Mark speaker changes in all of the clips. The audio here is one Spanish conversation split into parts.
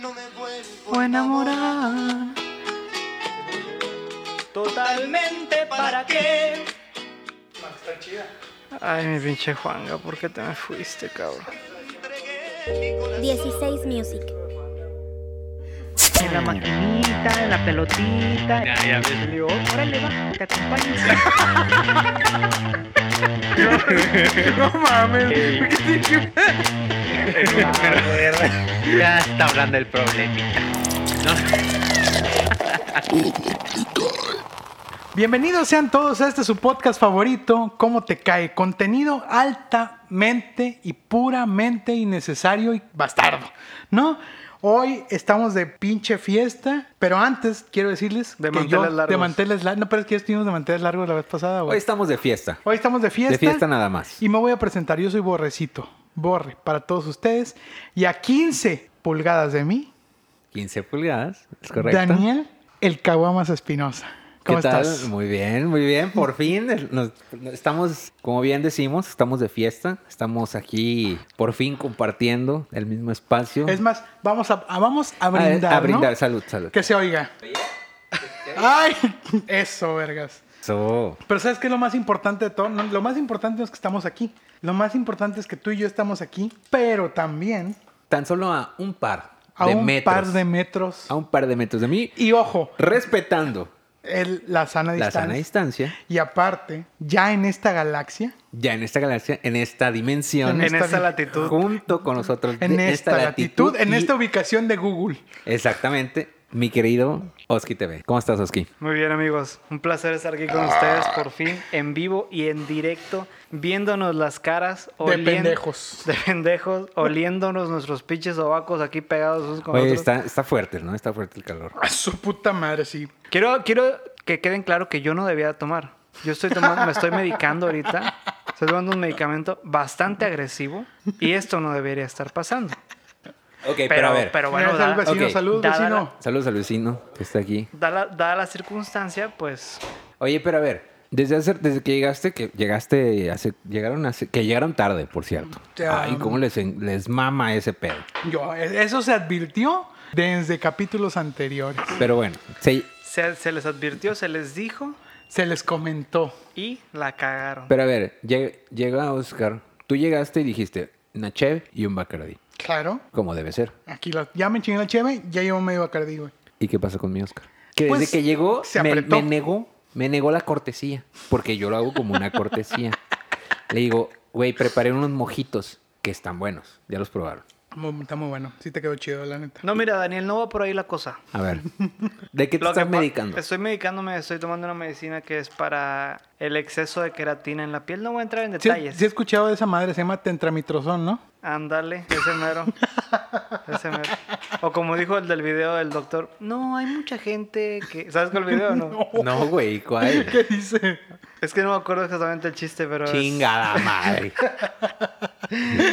Speaker 1: No me vuelvo
Speaker 2: O
Speaker 1: a
Speaker 2: enamorar.
Speaker 1: Totalmente para qué.
Speaker 3: Max, está chida.
Speaker 2: Ay, mi pinche Juanga, ¿por qué te me fuiste, cabrón?
Speaker 1: Entregué mi corazón.
Speaker 4: 16 Music.
Speaker 5: En la maquinita, en la pelotita. Ya, ya ves. Le digo, órale, va, te acompaño.
Speaker 2: No mames.
Speaker 5: ya está hablando el problemita.
Speaker 3: Bienvenidos sean todos a este su podcast favorito, ¿Cómo te cae? Contenido altamente y puramente innecesario y bastardo, ¿no? Hoy estamos de pinche fiesta, pero antes quiero decirles
Speaker 2: De
Speaker 3: que
Speaker 2: manteles
Speaker 3: yo de
Speaker 2: largos.
Speaker 3: manteles largos, no, pero es que ya estuvimos de manteles largos la vez pasada,
Speaker 6: Hoy
Speaker 3: güey.
Speaker 6: estamos de fiesta.
Speaker 3: Hoy estamos de fiesta.
Speaker 6: Pues, De fiesta nada más.
Speaker 3: Y me voy a presentar, yo soy Borrecito, Borre para todos ustedes y a 15 pulgadas de mí,
Speaker 6: 15 pulgadas, es correcto.
Speaker 3: Daniel El Caguamas Espinosa. ¿Cómo
Speaker 6: ¿Qué tal?
Speaker 3: estás?
Speaker 6: Muy bien, muy bien. Por fin el- nos- nos- estamos, como bien decimos, estamos de fiesta. Estamos aquí por fin compartiendo el mismo espacio.
Speaker 3: Es más, vamos a, a- vamos a
Speaker 6: A-
Speaker 3: brindar.
Speaker 6: Ah, a brindar.
Speaker 3: ¿no?
Speaker 6: Salud, salud.
Speaker 3: Que se oiga. Ay, eso, vergas.
Speaker 6: Eso.
Speaker 3: Pero ¿sabes qué es lo más importante de todo? No, lo más importante no es que estamos aquí. Lo más importante es que tú y yo estamos aquí, pero también
Speaker 6: Tan solo a un par
Speaker 3: a
Speaker 6: de
Speaker 3: un
Speaker 6: metros.
Speaker 3: par de metros.
Speaker 6: A un par de metros de mí.
Speaker 3: Y ojo,
Speaker 6: Respetando
Speaker 3: el- la sana
Speaker 6: la
Speaker 3: distancia.
Speaker 6: sana distancia,
Speaker 3: y aparte, ya en esta galaxia,
Speaker 6: ya en esta galaxia, en esta dimensión,
Speaker 2: En
Speaker 3: esta
Speaker 2: esta
Speaker 3: vi-
Speaker 2: latitud.
Speaker 6: junto con nosotros,
Speaker 3: en
Speaker 6: de
Speaker 3: esta, latitud, en
Speaker 6: y-
Speaker 3: esta ubicación de Google.
Speaker 6: Exactamente, mi querido Oski TV. ¿Cómo estás, Oski?
Speaker 2: Muy bien, amigos. Un placer estar aquí con ustedes por fin, en vivo y en directo, viéndonos las caras. olien-
Speaker 3: pendejos.
Speaker 2: De pendejos, oliéndonos nuestros pinches sobacos aquí pegados unos con
Speaker 6: Oye,
Speaker 2: otros.
Speaker 6: está, está fuerte, ¿no? Está fuerte el calor.
Speaker 3: A su puta madre, sí.
Speaker 2: Quiero, quiero que queden claro que yo no debía tomar. Yo estoy tomando, me estoy medicando ahorita. Estoy tomando un medicamento bastante agresivo y esto no debería estar pasando.
Speaker 6: Ok, Eh,
Speaker 2: Pero, pero,
Speaker 6: pero, a ver.
Speaker 2: bueno,
Speaker 3: Mira, salud,
Speaker 2: da-
Speaker 3: vecino,
Speaker 6: ok.
Speaker 3: salud,
Speaker 2: Da, da,
Speaker 3: vecino.
Speaker 2: da.
Speaker 6: Saludos al vecino que está aquí.
Speaker 2: dada, dada la circunstancia, pues
Speaker 6: Oye, pero a ver, desde, hace- desde que llegaste, que llegaste hace, llegaron hace- que llegaron tarde, por cierto.
Speaker 3: Ya.
Speaker 6: Ay, cómo les, en- les mama ese pedo.
Speaker 3: Yo, eh, eso se advirtió desde capítulos anteriores.
Speaker 6: Pero bueno, sí,
Speaker 2: se, se les advirtió, se les dijo
Speaker 3: Se les comentó.
Speaker 2: y la cagaron.
Speaker 6: pero a ver, llega, llega Oscar. Tú llegaste y dijiste, una Chev y un Bacardi.
Speaker 3: Claro.
Speaker 6: Como debe ser.
Speaker 3: Aquí la- ya me chingué la cheve, ya llevo medio bacardí, güey.
Speaker 6: ¿Y qué pasó con mi Oscar? Que
Speaker 3: Pues,
Speaker 6: desde que llegó
Speaker 3: se
Speaker 6: me,
Speaker 3: apretó.
Speaker 6: me negó, me negó la cortesía, porque yo lo hago como una cortesía. Le digo, güey, preparé unos mojitos que están buenos, ya los probaron.
Speaker 3: Muy- Está muy bueno. Sí te quedó chido, la neta.
Speaker 2: No, mira, Daniel, no va por ahí la cosa.
Speaker 6: A ver, ¿de qué te
Speaker 2: Lo que pa-
Speaker 6: estás medicando?
Speaker 2: Estoy medicándome, estoy tomando una medicina que es para el exceso de queratina en la piel. No voy a entrar en
Speaker 3: Sí,
Speaker 2: detalles.
Speaker 3: sí he escuchado de esa madre, se llama tentramitrozón, ¿no?
Speaker 2: Ándale, ese mero. Ese mero. O como dijo el del video del doctor, no, hay mucha gente que... ¿Sabes cuál video o no?
Speaker 6: No, güey, ¿cuál?
Speaker 3: ¿Qué dice?
Speaker 2: Es que no me acuerdo exactamente el chiste, pero... es-
Speaker 6: Chingada madre.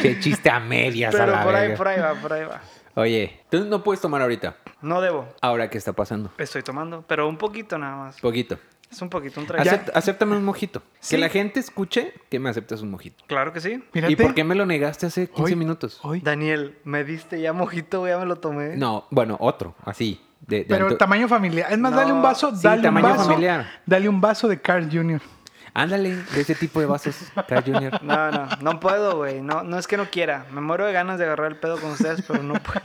Speaker 6: qué chiste a medias a
Speaker 2: Pero
Speaker 6: la
Speaker 2: por ahí,
Speaker 6: verga.
Speaker 2: por ahí va, por ahí va.
Speaker 6: Oye, tú no puedes tomar ahorita.
Speaker 2: No debo.
Speaker 6: Ahora, ¿qué está pasando?
Speaker 2: Estoy tomando, pero un poquito nada más.
Speaker 6: Poquito.
Speaker 2: Es un poquito, un traguito.
Speaker 6: Acept- acéptame un mojito.
Speaker 2: Sí.
Speaker 6: Que la gente escuche que me aceptas un mojito.
Speaker 2: Claro que sí.
Speaker 3: Mírate.
Speaker 6: ¿Y por qué me lo negaste hace 15
Speaker 3: Hoy-
Speaker 6: minutos?
Speaker 3: Hoy.
Speaker 2: Daniel, me diste ya mojito, güey, ya me lo tomé.
Speaker 6: No, bueno, otro, así. De, de
Speaker 3: Pero
Speaker 6: anto-
Speaker 3: tamaño familiar. Es más, dale un
Speaker 2: No,
Speaker 3: vaso,
Speaker 6: sí,
Speaker 3: dale un
Speaker 6: tamaño
Speaker 3: vaso.
Speaker 6: familiar.
Speaker 3: Dale un vaso de Carl Jr.
Speaker 6: Ándale, de ese tipo de vasos, Carl Jr.
Speaker 2: No, no, no puedo, güey. No, no es que no quiera. Me muero de ganas de agarrar el pedo con ustedes, pero no puedo.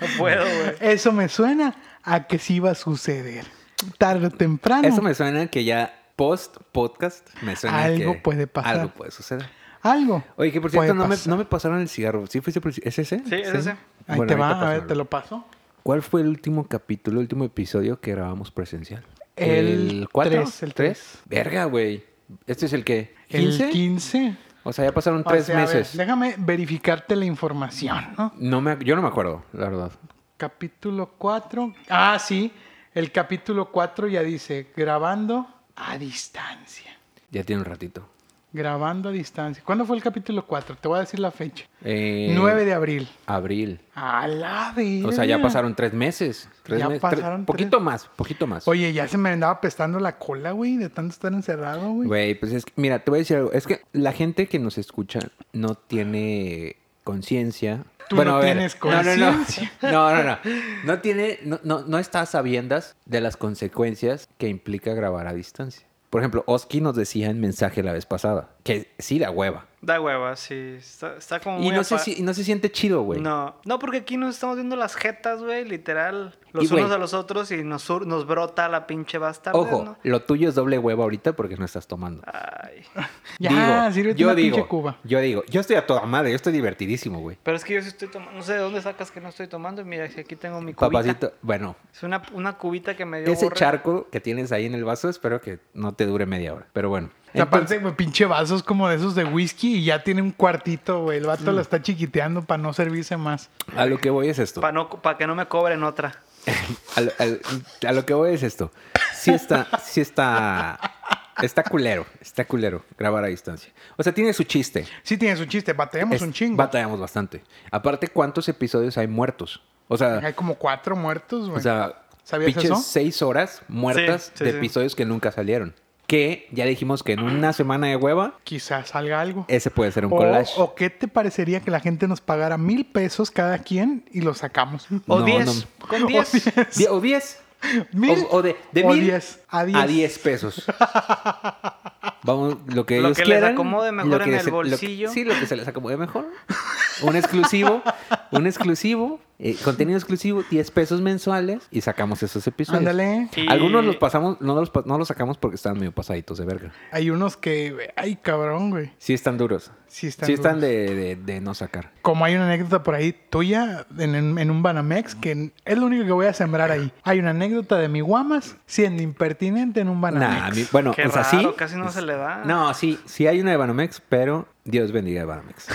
Speaker 2: No puedo, güey.
Speaker 3: Eso me suena a que sí va a suceder. Tarde o temprano.
Speaker 6: Eso me suena que ya post podcast me suena
Speaker 3: Algo
Speaker 6: que
Speaker 3: puede pasar.
Speaker 6: Algo puede suceder.
Speaker 3: Algo.
Speaker 6: Oye, que por
Speaker 3: puede
Speaker 6: cierto, no me,
Speaker 3: pasar.
Speaker 6: no me pasaron el cigarro. ¿Sí fuiste por el ci- ¿Es ese?
Speaker 2: Sí, es ese.
Speaker 3: Ahí
Speaker 6: Bueno,
Speaker 3: te va,
Speaker 6: ahorita
Speaker 3: a ver,
Speaker 6: pásamelo.
Speaker 3: te lo paso.
Speaker 6: ¿Cuál fue el último capítulo, el último episodio que grabamos presencial?
Speaker 3: El
Speaker 6: cuatro?
Speaker 3: tres, el tres.
Speaker 6: Verga, güey. ¿Este es el qué?
Speaker 3: El
Speaker 6: 15?
Speaker 3: 15.
Speaker 6: O sea, ya pasaron
Speaker 3: O
Speaker 6: tres
Speaker 3: sea, a ver,
Speaker 6: meses.
Speaker 3: déjame verificarte la información, ¿no?
Speaker 6: No me, ac- yo no me acuerdo, la verdad.
Speaker 3: Capítulo 4. Ah, sí. El capítulo 4 ya dice grabando a distancia.
Speaker 6: Ya tiene un ratito.
Speaker 3: Grabando a distancia. ¿Cuándo fue el capítulo 4? Te voy a decir la fecha.
Speaker 6: Eh,
Speaker 3: 9 de abril.
Speaker 6: abril.
Speaker 3: A la verga.
Speaker 6: O sea, ya pasaron tres meses. Tres
Speaker 3: Ya
Speaker 6: meses,
Speaker 3: pasaron
Speaker 6: Poquito
Speaker 3: tres-
Speaker 6: más, poquito más.
Speaker 3: Oye, ya se me andaba apestando la cola, güey, de tanto estar encerrado, güey.
Speaker 6: Güey, pues es que, mira, te voy a decir algo. Es que la gente que nos escucha no tiene conciencia
Speaker 3: Tú
Speaker 6: Bueno,
Speaker 3: no
Speaker 6: a ver.
Speaker 3: tienes
Speaker 6: no, no, no.
Speaker 3: conciencia.
Speaker 6: No, no, no. No tiene, no, no, no está a sabiendas de las consecuencias que implica grabar a distancia. Por ejemplo, Oski nos decía en mensaje la vez pasada que sí la hueva.
Speaker 2: Da hueva, sí. Está, está como
Speaker 6: Y
Speaker 2: muy
Speaker 6: no, se,
Speaker 2: apa-
Speaker 6: si- y no se siente chido, güey.
Speaker 2: No, no, porque aquí nos estamos viendo las jetas, güey, literal.
Speaker 6: Y,
Speaker 2: Los
Speaker 6: güey-
Speaker 2: unos a los otros y nos, sur- nos brota la pinche bastarda.
Speaker 6: Ojo,
Speaker 2: ¿no?
Speaker 6: lo tuyo es doble hueva ahorita porque no estás tomando.
Speaker 2: Ay.
Speaker 3: Ya,
Speaker 6: Digo,
Speaker 3: sírvete
Speaker 6: yo
Speaker 3: una
Speaker 6: digo,
Speaker 3: pinche cuba.
Speaker 6: Yo digo, yo estoy a toda madre, yo estoy divertidísimo, güey.
Speaker 2: Pero es que yo sí estoy tomando. No sé de dónde sacas que no estoy tomando. Mira, si aquí tengo mi cubita.
Speaker 6: Papacito, bueno,
Speaker 2: Es una, una cubita que me dio.
Speaker 6: ese
Speaker 2: Borre.
Speaker 6: charco que tienes ahí en el vaso, espero que no te dure media hora. Pero bueno.
Speaker 3: O sea, aparte, güey, pinche vasos como de esos de whisky y ya tiene un cuartito, güey. El vato
Speaker 6: Mm.
Speaker 3: la está chiquiteando para no servirse más.
Speaker 6: A lo que voy es esto.
Speaker 2: Para no, pa' que no me cobren otra.
Speaker 6: Al- al- a lo que voy es esto. Sí está, sí está, está culero, está culero grabar a distancia. O sea, tiene su chiste.
Speaker 3: Sí tiene su chiste, batemos
Speaker 6: Es-
Speaker 3: un chingo.
Speaker 6: Batallamos bastante. Aparte, ¿cuántos episodios hay muertos? O sea,
Speaker 3: Hay como cuatro muertos, güey.
Speaker 6: o sea,
Speaker 3: ¿Sabías
Speaker 6: pinches
Speaker 3: eso?
Speaker 6: seis horas muertas
Speaker 2: Sí, sí,
Speaker 6: de
Speaker 2: sí.
Speaker 6: episodios que nunca salieron. Que ya dijimos que en una semana de hueva,
Speaker 3: Quizás salga algo.
Speaker 6: ese puede ser un
Speaker 3: o,
Speaker 6: collage.
Speaker 3: o qué te parecería que la gente nos pagara mil pesos cada quien y lo sacamos?
Speaker 2: O
Speaker 6: No,
Speaker 2: 10. Con
Speaker 3: O
Speaker 2: 10.
Speaker 3: diez.
Speaker 6: Die- o diez.
Speaker 3: Mil
Speaker 6: O, o de, de
Speaker 3: o
Speaker 6: mil
Speaker 3: diez. A diez.
Speaker 6: a 10 pesos. Vamos, lo que
Speaker 2: Lo
Speaker 6: ellos
Speaker 2: que les
Speaker 6: quieran,
Speaker 2: acomode mejor en
Speaker 6: les-
Speaker 2: el bolsillo.
Speaker 6: sí, lo que se les acomode mejor. Un exclusivo, un exclusivo, eh, contenido exclusivo, 10 pesos mensuales y sacamos esos episodios.
Speaker 3: Ándale.
Speaker 2: Y-
Speaker 6: Algunos los pasamos, no los, pa- no los sacamos porque estaban medio pasaditos de verga.
Speaker 3: Hay unos que, güey, ay, cabrón, güey.
Speaker 6: Sí están duros.
Speaker 3: Sí están.
Speaker 6: sí están
Speaker 3: duros.
Speaker 6: de, de- de no sacar.
Speaker 3: Como hay una anécdota por ahí tuya en, en- en un Banamex, que es lo único que voy a sembrar ahí. Hay una anécdota de mi Guamas siendo impertinente en un Banamex.
Speaker 6: Nah, a mí- bueno,
Speaker 2: Qué
Speaker 6: o sea, sí.
Speaker 2: raro, casi no se le da.
Speaker 6: No, sí, sí hay una de Banamex, pero Dios bendiga a Banamex.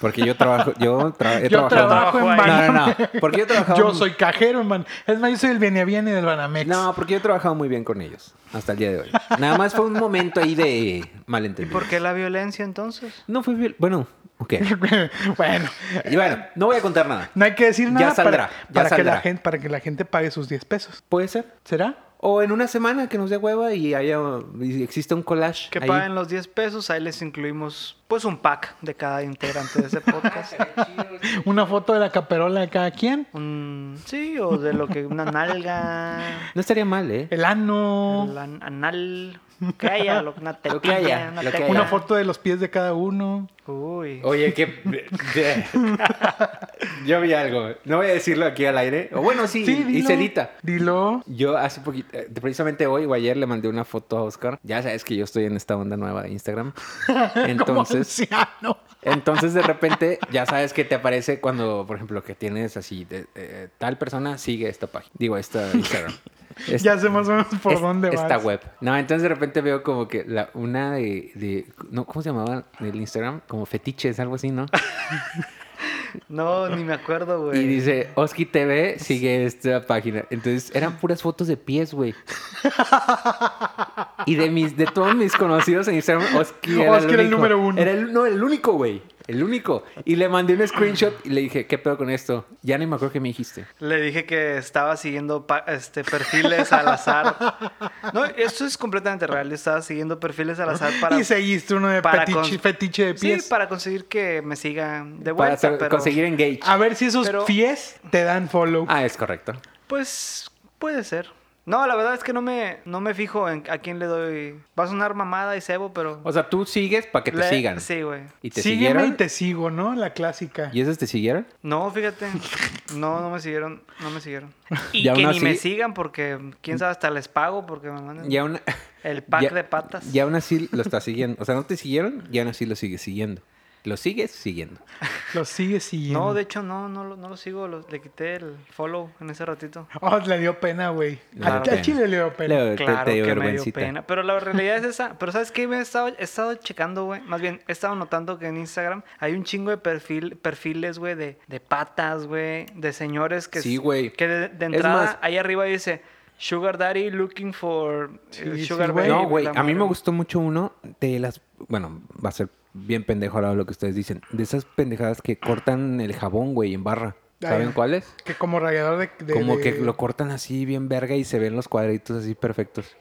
Speaker 6: Porque yo trabajo, yo, tra- he
Speaker 3: Yo
Speaker 6: trabajado-
Speaker 3: trabajo en
Speaker 2: trabajo ahí.
Speaker 6: No, no,
Speaker 3: Banamex.
Speaker 6: no. Porque yo trabajaba.
Speaker 3: Yo soy cajero, man. Es más, yo soy el viene viene del Banamex.
Speaker 6: No, porque yo he trabajado muy bien con ellos hasta el día de hoy. Nada más fue un momento ahí de malentendido.
Speaker 2: ¿Por qué la violencia entonces?
Speaker 6: No fue viol- Bueno, ok.
Speaker 3: bueno,
Speaker 6: Y bueno, no voy a contar nada.
Speaker 3: no hay que decir
Speaker 6: Ya
Speaker 3: nada
Speaker 6: saldrá,
Speaker 3: para,
Speaker 6: ya
Speaker 3: para que la
Speaker 6: saldrá.
Speaker 3: gente, para que la gente pague sus 10 pesos.
Speaker 6: Puede ser.
Speaker 3: ¿Será?
Speaker 6: O en una semana que nos dé hueva y haya y exista un collage.
Speaker 2: Que
Speaker 6: ahí.
Speaker 2: paguen los 10 pesos, ahí les incluimos pues un pack de cada integrante de ese podcast.
Speaker 3: Una foto de la caperola de cada quien.
Speaker 2: Un- sí, o de lo que una nalga,
Speaker 6: No estaría mal, ¿eh?
Speaker 3: El ano.
Speaker 2: la an- anal, que haya, lo- una tetilla,
Speaker 6: Lo que haya,
Speaker 2: una
Speaker 6: lo que
Speaker 2: tecla.
Speaker 6: haya.
Speaker 3: Una foto de los pies de cada uno.
Speaker 2: Uy.
Speaker 6: Oye, que. yo vi algo. No voy a decirlo aquí al aire. O bueno, sí, y
Speaker 3: dilo.
Speaker 6: se edita.
Speaker 3: Dilo.
Speaker 6: Yo hace poquito, eh, precisamente hoy o ayer le mandé una foto a Oscar. Ya sabes que yo estoy en esta onda nueva de Instagram. Entonces,
Speaker 3: Como anciano.
Speaker 6: Entonces de repente ya sabes que te aparece cuando, por ejemplo, que tienes así, de- eh, tal persona sigue esta página, digo, esta Instagram. Es-
Speaker 3: ya sé más o menos por
Speaker 6: es-
Speaker 3: dónde vas.
Speaker 6: Esta web. No, entonces de repente veo como que la, una de, de- no, ¿cómo se llamaba el Instagram? Como fetiches, algo así, ¿no?
Speaker 2: No, ni me acuerdo, güey.
Speaker 6: Y dice, Oski TV sigue esta página. Entonces eran puras fotos de pies, güey. Y de mis, de todos mis conocidos en Instagram, Oski era,
Speaker 3: Oski era el
Speaker 6: único.
Speaker 3: número uno.
Speaker 6: Era el, no, el único, güey. El único. Y le mandé un screenshot y le dije, ¿qué pedo con esto? Ya ni me acuerdo que me dijiste.
Speaker 2: Le dije que estaba siguiendo pa- este, perfiles al azar. No, esto es completamente real. Yo estaba siguiendo perfiles al azar para...
Speaker 3: y seguiste uno de
Speaker 2: para
Speaker 3: petiche-
Speaker 2: cons-
Speaker 3: fetiche de
Speaker 2: Sí,
Speaker 3: pies.
Speaker 2: para conseguir que me sigan de
Speaker 6: Para
Speaker 2: vuelta,
Speaker 6: hacer-
Speaker 2: pero...
Speaker 6: conseguir engage.
Speaker 3: A ver si esos
Speaker 2: Pero-
Speaker 3: pies te dan follow.
Speaker 6: Ah, es correcto.
Speaker 2: Pues puede ser. No, la verdad es que no me, no me fijo en a quién le doy. Va a sonar mamada y cebo, pero.
Speaker 6: O sea, tú sigues para que te
Speaker 2: le-
Speaker 6: sigan.
Speaker 2: Sí, güey.
Speaker 6: Y te
Speaker 3: Sígueme
Speaker 6: siguieron.
Speaker 3: y te sigo, ¿no? La clásica.
Speaker 6: ¿Y esos te siguieron?
Speaker 2: No, fíjate. No, no me siguieron. No me siguieron. Y,
Speaker 6: Y aún
Speaker 2: que ni
Speaker 6: así-
Speaker 2: me sigan porque quién sabe hasta les pago porque me mandan
Speaker 6: Y aún,
Speaker 3: Mm.
Speaker 2: el pack
Speaker 6: ya-
Speaker 2: de patas.
Speaker 6: Y aún así lo estás siguiendo. O sea, no te siguieron y aún así lo sigues siguiendo. Lo sigues siguiendo.
Speaker 3: Lo sigues siguiendo.
Speaker 2: No, de hecho, no, no, lo- no lo sigo. lo- le quité el follow en ese ratito.
Speaker 3: Oh, le dio pena, güey.
Speaker 6: Le
Speaker 3: A-
Speaker 6: dio
Speaker 3: a
Speaker 6: pena.
Speaker 3: Chile le dio pena.
Speaker 6: Leo, te-
Speaker 2: Claro
Speaker 6: te dio
Speaker 2: que me dio
Speaker 6: vergüencita.
Speaker 2: pena. Pero la realidad es esa. Pero ¿sabes qué? Me he estado, he estado checando, güey. Más bien, he estado notando que en Instagram hay un chingo de perfil, perfiles, güey, de, de patas, güey. De señores que...
Speaker 6: Sí, güey.
Speaker 2: Que de, de
Speaker 6: Es
Speaker 2: entrada,
Speaker 6: más-
Speaker 2: ahí arriba dice... Sugar Daddy looking for eh,
Speaker 3: Sí,
Speaker 2: Sugar
Speaker 3: sí,
Speaker 2: Baby.
Speaker 3: güey.
Speaker 6: No, güey,
Speaker 2: la
Speaker 6: a mí me
Speaker 2: madre.
Speaker 6: gustó mucho uno de las... Bueno, va a ser bien pendejo ahora lo que ustedes dicen. De esas pendejadas que cortan el jabón, güey, en barra.
Speaker 3: Ah,
Speaker 6: ¿Saben
Speaker 3: ya.
Speaker 6: cuáles?
Speaker 3: Que como radiador de, de-
Speaker 6: Como
Speaker 3: de-
Speaker 6: que lo cortan así bien verga y se ven los cuadritos así perfectos.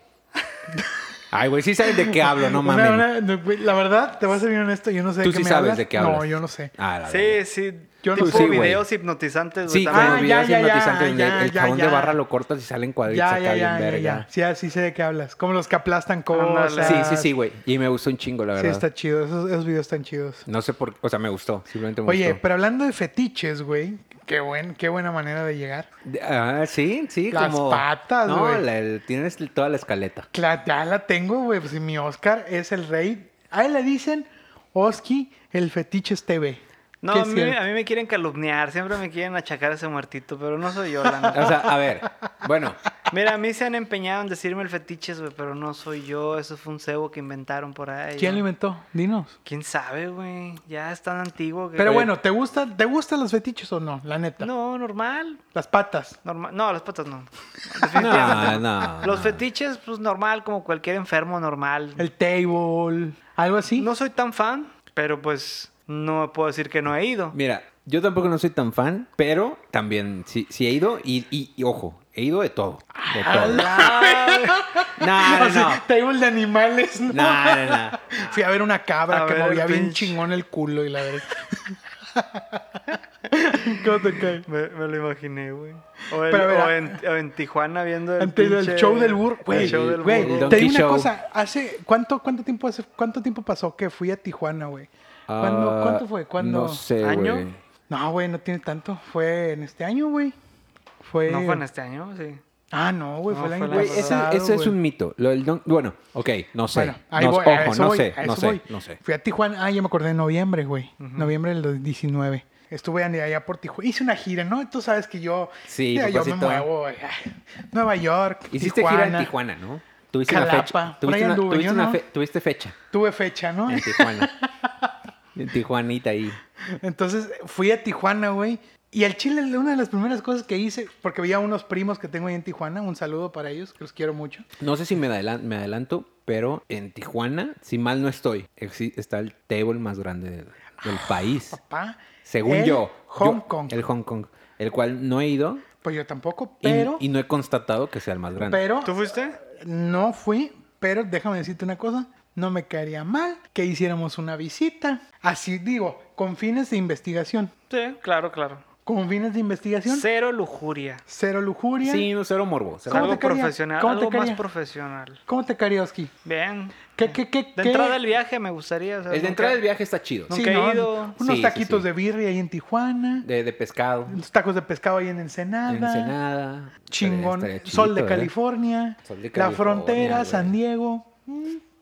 Speaker 6: Ay, güey, sí saben de qué hablo, no
Speaker 3: Una-
Speaker 6: mames.
Speaker 3: una- no, güey, la verdad, te voy a ser bien honesto, yo no sé
Speaker 6: Tú
Speaker 3: de qué
Speaker 6: sí
Speaker 3: me
Speaker 6: sabes
Speaker 3: hablas.
Speaker 6: de qué
Speaker 3: No,
Speaker 6: hablas.
Speaker 3: yo no sé.
Speaker 6: Ah, la
Speaker 2: Sí, pues,
Speaker 6: verga.
Speaker 2: sí.
Speaker 3: Yo no
Speaker 2: Tipo
Speaker 6: sí, güey.
Speaker 2: videos hipnotizantes, güey,
Speaker 6: Sí,
Speaker 2: también.
Speaker 6: como
Speaker 3: Ah, ya,
Speaker 6: videos
Speaker 3: ya, ya,
Speaker 6: hipnotizantes. donde
Speaker 3: ya,
Speaker 6: el
Speaker 3: ya,
Speaker 6: jabón de
Speaker 3: ya.
Speaker 6: barra lo cortas y salen cuadritos
Speaker 3: Ya,
Speaker 6: acá
Speaker 3: ya,
Speaker 6: bien
Speaker 3: ya, ya,
Speaker 6: verga.
Speaker 3: ya. Sí, así sé de qué hablas. Como los que aplastan
Speaker 2: Ándale.
Speaker 3: cosas.
Speaker 6: Sí, sí, sí, güey. Y me gustó un chingo, la
Speaker 3: Sí,
Speaker 6: verdad.
Speaker 3: está chido. Esos, esos videos están chidos.
Speaker 6: No sé por qué. O sea, me gustó. Simplemente me
Speaker 3: Oye,
Speaker 6: gustó.
Speaker 3: pero hablando de fetiches, güey. Qué, buen, qué buena manera de llegar.
Speaker 6: De- Ah, sí, sí,
Speaker 3: Las
Speaker 6: como...
Speaker 3: patas,
Speaker 6: No,
Speaker 3: güey.
Speaker 6: la- el- tienes toda la escaleta.
Speaker 3: Cla- ya la tengo, güey. Pues si mi Oscar es el rey. A él le dicen Oski, el fetiches TV.
Speaker 2: No,
Speaker 3: Que
Speaker 2: a
Speaker 3: es
Speaker 2: mí,
Speaker 3: cierto.
Speaker 2: a mí me quieren calumniar, siempre me quieren achacar a ese muertito, pero no soy yo, la
Speaker 6: O
Speaker 2: neta.
Speaker 6: sea, a ver, bueno,
Speaker 2: Mira, a mí se han empeñado en decirme el fetiches, güey, pero no soy yo, eso fue un cebo que inventaron por ahí.
Speaker 3: ¿Quién
Speaker 2: ¿no?
Speaker 3: lo inventó? Dinos.
Speaker 2: ¿Quién sabe, güey? Ya es tan antiguo que...
Speaker 3: Pero bueno, ¿te, gusta, ¿te gustan los fetiches o no? La neta.
Speaker 2: No, normal,
Speaker 3: Las patas.
Speaker 2: normal. No, las patas no.
Speaker 6: no, no.
Speaker 2: Los
Speaker 6: no.
Speaker 2: fetiches, pues normal, como cualquier enfermo normal.
Speaker 3: El table. Algo así.
Speaker 2: No soy tan fan, pero pues no puedo decir que no he ido.
Speaker 6: Mira, yo tampoco no soy tan fan, pero también sí, sí he ido y, y- y ojo, he ido de todo. De todo. No, no,
Speaker 3: Así,
Speaker 6: no.
Speaker 3: Table de animales. No.
Speaker 6: No, no, no.
Speaker 3: Fui a ver una cabra
Speaker 2: A
Speaker 3: que
Speaker 2: ver,
Speaker 3: movía bien
Speaker 2: pinche.
Speaker 3: chingón el culo y la verdad. ¿Cómo te cae?
Speaker 2: Me, me lo imaginé, güey. O, el-
Speaker 3: Pero a ver,
Speaker 2: o en, o en Tijuana viendo el,
Speaker 3: Ante el
Speaker 2: pinche-
Speaker 3: show del burro.
Speaker 2: el
Speaker 3: Güey,
Speaker 2: show del
Speaker 3: güey,
Speaker 2: burro.
Speaker 6: Don-
Speaker 3: te digo
Speaker 6: Donkey
Speaker 3: una
Speaker 6: Show.
Speaker 3: cosa. Hace, ¿cuánto, cuánto, tiempo hace, ¿Cuánto tiempo pasó que fui a Tijuana, güey? ¿Cuándo-
Speaker 6: Ah,
Speaker 3: ¿Cuánto fue? ¿Cuándo?
Speaker 6: No sé,
Speaker 2: ¿Año?
Speaker 6: güey.
Speaker 3: No, güey, no tiene tanto. Fue en este año, güey. Fue...
Speaker 2: No fue en este año, sí.
Speaker 3: Ah, no, güey,
Speaker 2: No,
Speaker 3: fue el
Speaker 2: fue
Speaker 3: año
Speaker 2: el año
Speaker 6: Güey, ese,
Speaker 3: pasado,
Speaker 6: ese es
Speaker 3: güey.
Speaker 6: un mito. Lo del don- Bueno, ok, no sé.
Speaker 3: Bueno, ahí
Speaker 6: No-
Speaker 3: voy, a
Speaker 6: ojo,
Speaker 3: eso
Speaker 6: no
Speaker 3: voy,
Speaker 6: sé,
Speaker 3: a
Speaker 6: no
Speaker 3: eso
Speaker 6: sé,
Speaker 3: voy.
Speaker 6: no sé.
Speaker 3: Fui a Tijuana, ah, ya me acordé, en noviembre, güey. Noviembre del 2019. Estuve en- allá por Tijuana. Hice una gira, ¿no? Tú sabes que yo,
Speaker 6: Sí,
Speaker 3: ya, yo me
Speaker 6: papacito.
Speaker 3: muevo. güey. Ay, Nueva York,
Speaker 6: Hiciste
Speaker 3: Tijuana.
Speaker 6: gira en Tijuana, ¿no? Tuviste
Speaker 3: Jalapa,
Speaker 6: una fecha.
Speaker 3: por ahí
Speaker 6: Tuviste, una-
Speaker 3: anduve,
Speaker 6: tuviste
Speaker 3: yo
Speaker 6: una
Speaker 3: no.
Speaker 6: fe- tuviste fecha
Speaker 3: Tuve fecha, ¿no?
Speaker 6: en Tijuana. en Tijuanita ahí.
Speaker 3: Entonces fui a Tijuana, güey. Y al Chile, una de las primeras cosas que hice, porque veía unos primos que tengo ahí en Tijuana, un saludo para ellos, que los quiero mucho.
Speaker 6: No sé si me, adelan- me adelanto, pero en Tijuana, si mal no estoy, exi- está el table más grande del, del país.
Speaker 3: Papá.
Speaker 6: Según
Speaker 3: el
Speaker 6: yo.
Speaker 3: Hong
Speaker 6: yo-
Speaker 3: Kong.
Speaker 6: El Hong Kong. El cual no he ido
Speaker 3: Pues yo tampoco,
Speaker 6: y,
Speaker 3: pero.
Speaker 6: y no he constatado que sea el más grande.
Speaker 3: pero
Speaker 2: ¿Tú fuiste?
Speaker 3: No fui, pero déjame decirte una cosa. No me caería mal que hiciéramos una visita. Así digo, con fines de investigación.
Speaker 2: Sí, claro, claro.
Speaker 3: Con fines de investigación.
Speaker 2: Cero lujuria.
Speaker 3: Cero lujuria.
Speaker 6: sí, no, cero morbo. cero
Speaker 3: ¿Cómo
Speaker 2: Algo
Speaker 3: te caería?
Speaker 2: profesional,
Speaker 3: ¿Cómo te
Speaker 2: algo más
Speaker 3: caería?
Speaker 2: profesional.
Speaker 3: ¿Cómo te caería, Oski?
Speaker 2: Bien.
Speaker 3: ¿Qué, qué, qué,
Speaker 2: De
Speaker 3: qué?
Speaker 2: entrada del viaje me gustaría. o sea,
Speaker 6: El de
Speaker 2: nunca-
Speaker 6: entrada del viaje está chido.
Speaker 2: nunca he ido.
Speaker 3: Unos
Speaker 6: Sí,
Speaker 3: taquitos
Speaker 6: sí, sí.
Speaker 3: de birria ahí en Tijuana.
Speaker 6: De, de pescado.
Speaker 3: Unos tacos de pescado ahí en Ensenada.
Speaker 6: Ensenada.
Speaker 3: Chingón.
Speaker 6: Estaría- estaría
Speaker 3: Sol, de
Speaker 6: chido, ¿eh?
Speaker 3: California,
Speaker 6: Sol de
Speaker 3: La
Speaker 6: California,
Speaker 3: Frontera,
Speaker 6: güey.
Speaker 3: San Diego.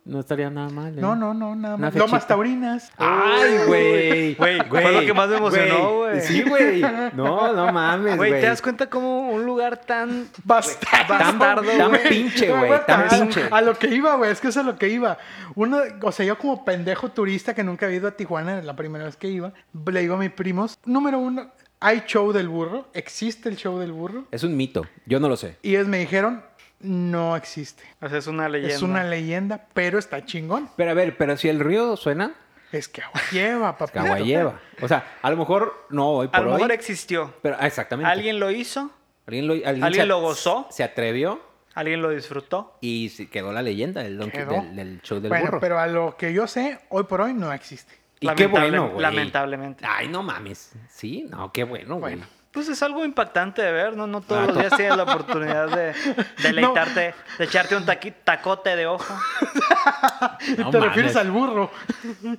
Speaker 6: No estaría nada mal. ¿eh?
Speaker 3: No, no, no, nada
Speaker 6: Una
Speaker 3: más. Lomas
Speaker 6: fechita. Ah,
Speaker 3: Taurinas.
Speaker 6: Ay, güey.
Speaker 2: Güey, fue lo que más me emocionó, güey.
Speaker 6: Sí, güey. No, no mames, güey.
Speaker 2: Güey, ¿te das cuenta cómo un lugar tan
Speaker 3: Bastardo.
Speaker 6: Tan-
Speaker 2: bastardo,
Speaker 6: tan
Speaker 2: güey?
Speaker 6: pinche, güey,
Speaker 3: Ah, Aguanta,
Speaker 6: tan
Speaker 3: a-
Speaker 6: pinche.
Speaker 3: A lo que iba, güey, es que eso es a lo que iba. Uno, o sea, yo como pendejo turista que nunca había ido a Tijuana, la primera vez que iba, le digo a mis primos, número uno, hay show del burro, existe el show del burro.
Speaker 6: Es un mito. Yo no lo sé.
Speaker 3: Y ellos me dijeron, no existe.
Speaker 2: O sea, es una leyenda.
Speaker 3: Es una leyenda, pero está chingón.
Speaker 6: Pero a ver, pero si el río suena,
Speaker 3: Es que agua lleva, papá.
Speaker 6: agua lleva. O sea, a lo mejor no hoy por
Speaker 2: A lo
Speaker 6: hoy.
Speaker 2: mejor existió.
Speaker 6: Pero, ah, exactamente.
Speaker 2: Alguien lo hizo,
Speaker 6: alguien lo,
Speaker 2: alguien
Speaker 6: se-
Speaker 2: lo gozó.
Speaker 6: Se atrevió
Speaker 2: alguien lo disfrutó.
Speaker 6: y se quedó la leyenda del, don-
Speaker 3: Quedó.
Speaker 6: del, del show del
Speaker 3: bueno,
Speaker 6: burro.
Speaker 3: pero a lo que yo sé, hoy por hoy no existe.
Speaker 6: y qué
Speaker 2: Lamentable-
Speaker 6: bueno, güey.
Speaker 2: Lamentablemente.
Speaker 6: Ay, no mames. Sí, no, qué bueno, güey.
Speaker 3: Bueno.
Speaker 2: Pues es algo impactante de ver, ¿no? No todos
Speaker 6: Ah,
Speaker 2: los
Speaker 6: to-
Speaker 2: días tienes la oportunidad de deleitarte, de echarte un taqui- tacote de ojo.
Speaker 6: No
Speaker 3: Te
Speaker 6: mames.
Speaker 3: refieres al burro.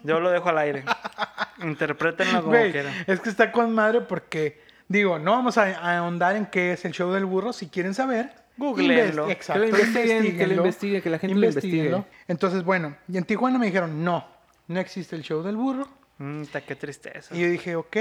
Speaker 2: Yo lo dejo al aire. Interprétenlo como
Speaker 3: Güey,
Speaker 2: quieran.
Speaker 3: es que está con madre porque, digo, no vamos a a ahondar en qué es el show del burro. Si quieren saber,
Speaker 2: Googleenlo.
Speaker 3: inves-
Speaker 2: Que lo
Speaker 3: Exacto,
Speaker 6: investiguen, que lo
Speaker 3: investiguenlo.
Speaker 6: investiguen, que la gente lo
Speaker 3: Investíguenlo.
Speaker 6: investigue.
Speaker 3: Entonces, bueno, y en Tijuana me dijeron, no, no existe el show del burro.
Speaker 2: Mm, ta, qué tristeza.
Speaker 3: Y yo dije, ok,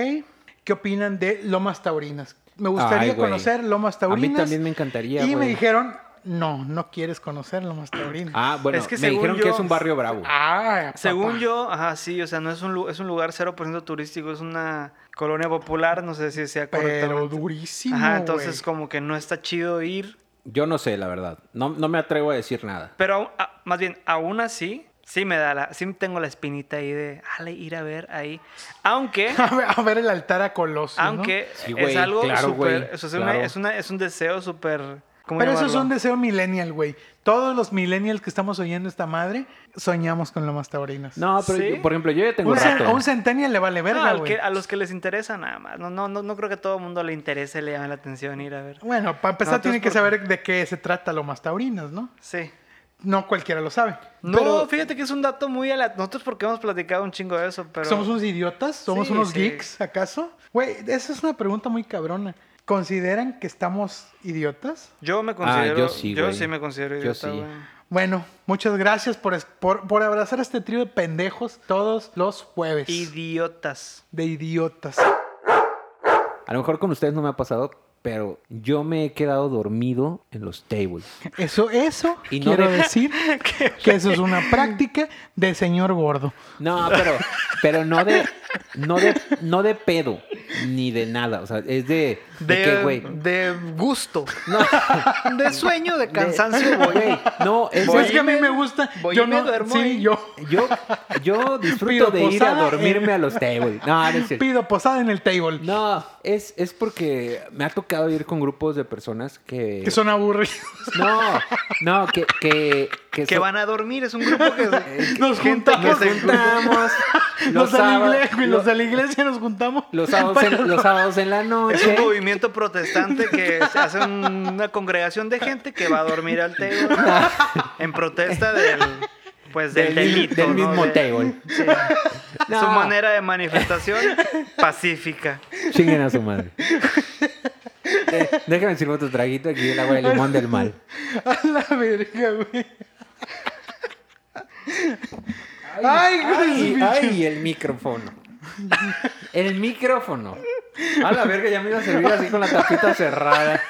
Speaker 3: ¿qué opinan de Lomas Taurinas? Me gustaría
Speaker 6: Ay, güey.
Speaker 3: conocer Lomas
Speaker 6: A mí
Speaker 3: Taurinas.
Speaker 6: también me encantaría,
Speaker 3: Y me
Speaker 6: güey.
Speaker 3: dijeron, no, no quieres conocer Lomas Taurinas.
Speaker 6: Ah, bueno,
Speaker 2: Es que
Speaker 6: me
Speaker 2: según
Speaker 6: dijeron
Speaker 2: yo-
Speaker 6: que es un barrio bravo.
Speaker 3: Ah,
Speaker 2: Según
Speaker 3: papá.
Speaker 2: yo, ajá, sí, o sea, no es un, lu- es un lugar 0% turístico, es una colonia popular, no sé si sea correcto.
Speaker 3: Pero durísimo.
Speaker 2: Ajá, entonces
Speaker 3: güey.
Speaker 2: como que no está chido ir.
Speaker 6: Yo no sé, la verdad. No, no me atrevo a decir nada.
Speaker 2: Pero au- a- más bien, aún así, sí me da la, sí tengo la espinita ahí de, ale, ir a ver ahí. Aunque,
Speaker 3: A ver, a ver el altar a Colosio. ¿no?
Speaker 2: aunque
Speaker 6: Sí,
Speaker 2: es
Speaker 6: güey,
Speaker 2: algo
Speaker 6: claro,
Speaker 2: súper,
Speaker 6: güey,
Speaker 2: o sea, es una-
Speaker 6: claro.
Speaker 2: es, una- es un deseo súper ¿Cómo
Speaker 3: Pero eso es
Speaker 2: llamarlo?
Speaker 3: un deseo millennial, güey. Todos los millennials que estamos oyendo esta madre soñamos con lomas taurinas.
Speaker 6: No, pero
Speaker 2: ¿Sí?
Speaker 6: yo- por ejemplo, yo ya tengo
Speaker 3: Un cen- a
Speaker 6: rato.
Speaker 3: un centennial le vale
Speaker 2: No,
Speaker 3: verga,
Speaker 2: al
Speaker 3: güey.
Speaker 2: Ah, que- a los que les interesa nada más. No, no, no, no creo que a todo el mundo le interese, le llame la atención ir a ver.
Speaker 3: Bueno, para empezar
Speaker 2: No,
Speaker 3: tiene
Speaker 2: entonces,
Speaker 3: que
Speaker 2: ¿por
Speaker 3: saber de qué se trata lomas taurinas, ¿no?
Speaker 2: Sí.
Speaker 3: No cualquiera lo sabe.
Speaker 2: No,
Speaker 6: Pero-
Speaker 2: fíjate que es un dato muy a Nosotros porque hemos platicado un chingo de eso, pero...
Speaker 3: ¿Somos unos idiotas? ¿Somos
Speaker 2: Sí,
Speaker 3: unos
Speaker 2: sí.
Speaker 3: geeks, acaso? Güey, esa es una pregunta muy cabrona. ¿Consideran que estamos idiotas?
Speaker 2: Yo me considero...
Speaker 6: Ah, yo sí, güey.
Speaker 2: me considero
Speaker 6: Yo
Speaker 2: idiota,
Speaker 6: sí.
Speaker 2: güey.
Speaker 3: Bueno, muchas gracias por, es- por, por abrazar a este trío de pendejos todos los jueves.
Speaker 2: Idiotas.
Speaker 3: de idiotas.
Speaker 6: A lo mejor con ustedes no me ha pasado, pero yo me he quedado dormido en los tables.
Speaker 3: Eso, eso
Speaker 6: Y no
Speaker 3: quiero
Speaker 6: de-
Speaker 3: decir que eso es una práctica de señor gordo.
Speaker 6: No, pero, pero no de, no de, no de pedo, ni de nada. O sea, es de, de, que, güey.
Speaker 2: de gusto.
Speaker 6: No,
Speaker 2: De sueño, de
Speaker 6: de-
Speaker 2: cansancio, güey.
Speaker 6: güey. No, es,
Speaker 2: Voy
Speaker 3: es que a mí
Speaker 2: me-
Speaker 3: me gusta.
Speaker 2: voy
Speaker 3: yo
Speaker 2: y me
Speaker 3: no
Speaker 2: duermo
Speaker 3: sí,
Speaker 2: ahí.
Speaker 3: yo
Speaker 6: yo, yo
Speaker 3: Pido
Speaker 6: disfruto de ir a
Speaker 3: posada
Speaker 6: dormirme
Speaker 3: en-
Speaker 6: a los tables. No, no es cierto.
Speaker 3: pido posada en el table.
Speaker 6: No, es, es porque me ha tocado ir con grupos de personas que.
Speaker 3: Que son aburridos.
Speaker 6: No, no, que. Que,
Speaker 2: Que
Speaker 6: que son- Eh,
Speaker 2: van a dormir. Es un grupo que...
Speaker 3: Nos
Speaker 2: gente que
Speaker 3: juntamos.
Speaker 2: se-
Speaker 3: Los,
Speaker 6: Nos juntamos.
Speaker 3: de la
Speaker 6: sábados-
Speaker 3: iglesia, güey,
Speaker 6: lo-
Speaker 3: los de la iglesia nos juntamos.
Speaker 6: los sábados, en, los sábados en la
Speaker 2: Es un
Speaker 6: noche.
Speaker 2: movimiento protestante que se hace un- una congregación de gente que va a dormir al table en protesta del pues del,
Speaker 6: Del mi-
Speaker 2: delito,
Speaker 6: del
Speaker 2: ¿no?
Speaker 6: mismo
Speaker 2: De-
Speaker 6: table.
Speaker 2: sí.
Speaker 6: No.
Speaker 2: Su manera de manifestación pacífica.
Speaker 6: Chinguen a su madre. Eh, déjame sirvo tu traguito aquí el agua de limón del mal.
Speaker 3: A la verga, güey. Ay,
Speaker 6: Ay,
Speaker 3: güey.
Speaker 6: ay, el micrófono. El micrófono. A la verga, ya me iba a servir así con la tapita cerrada.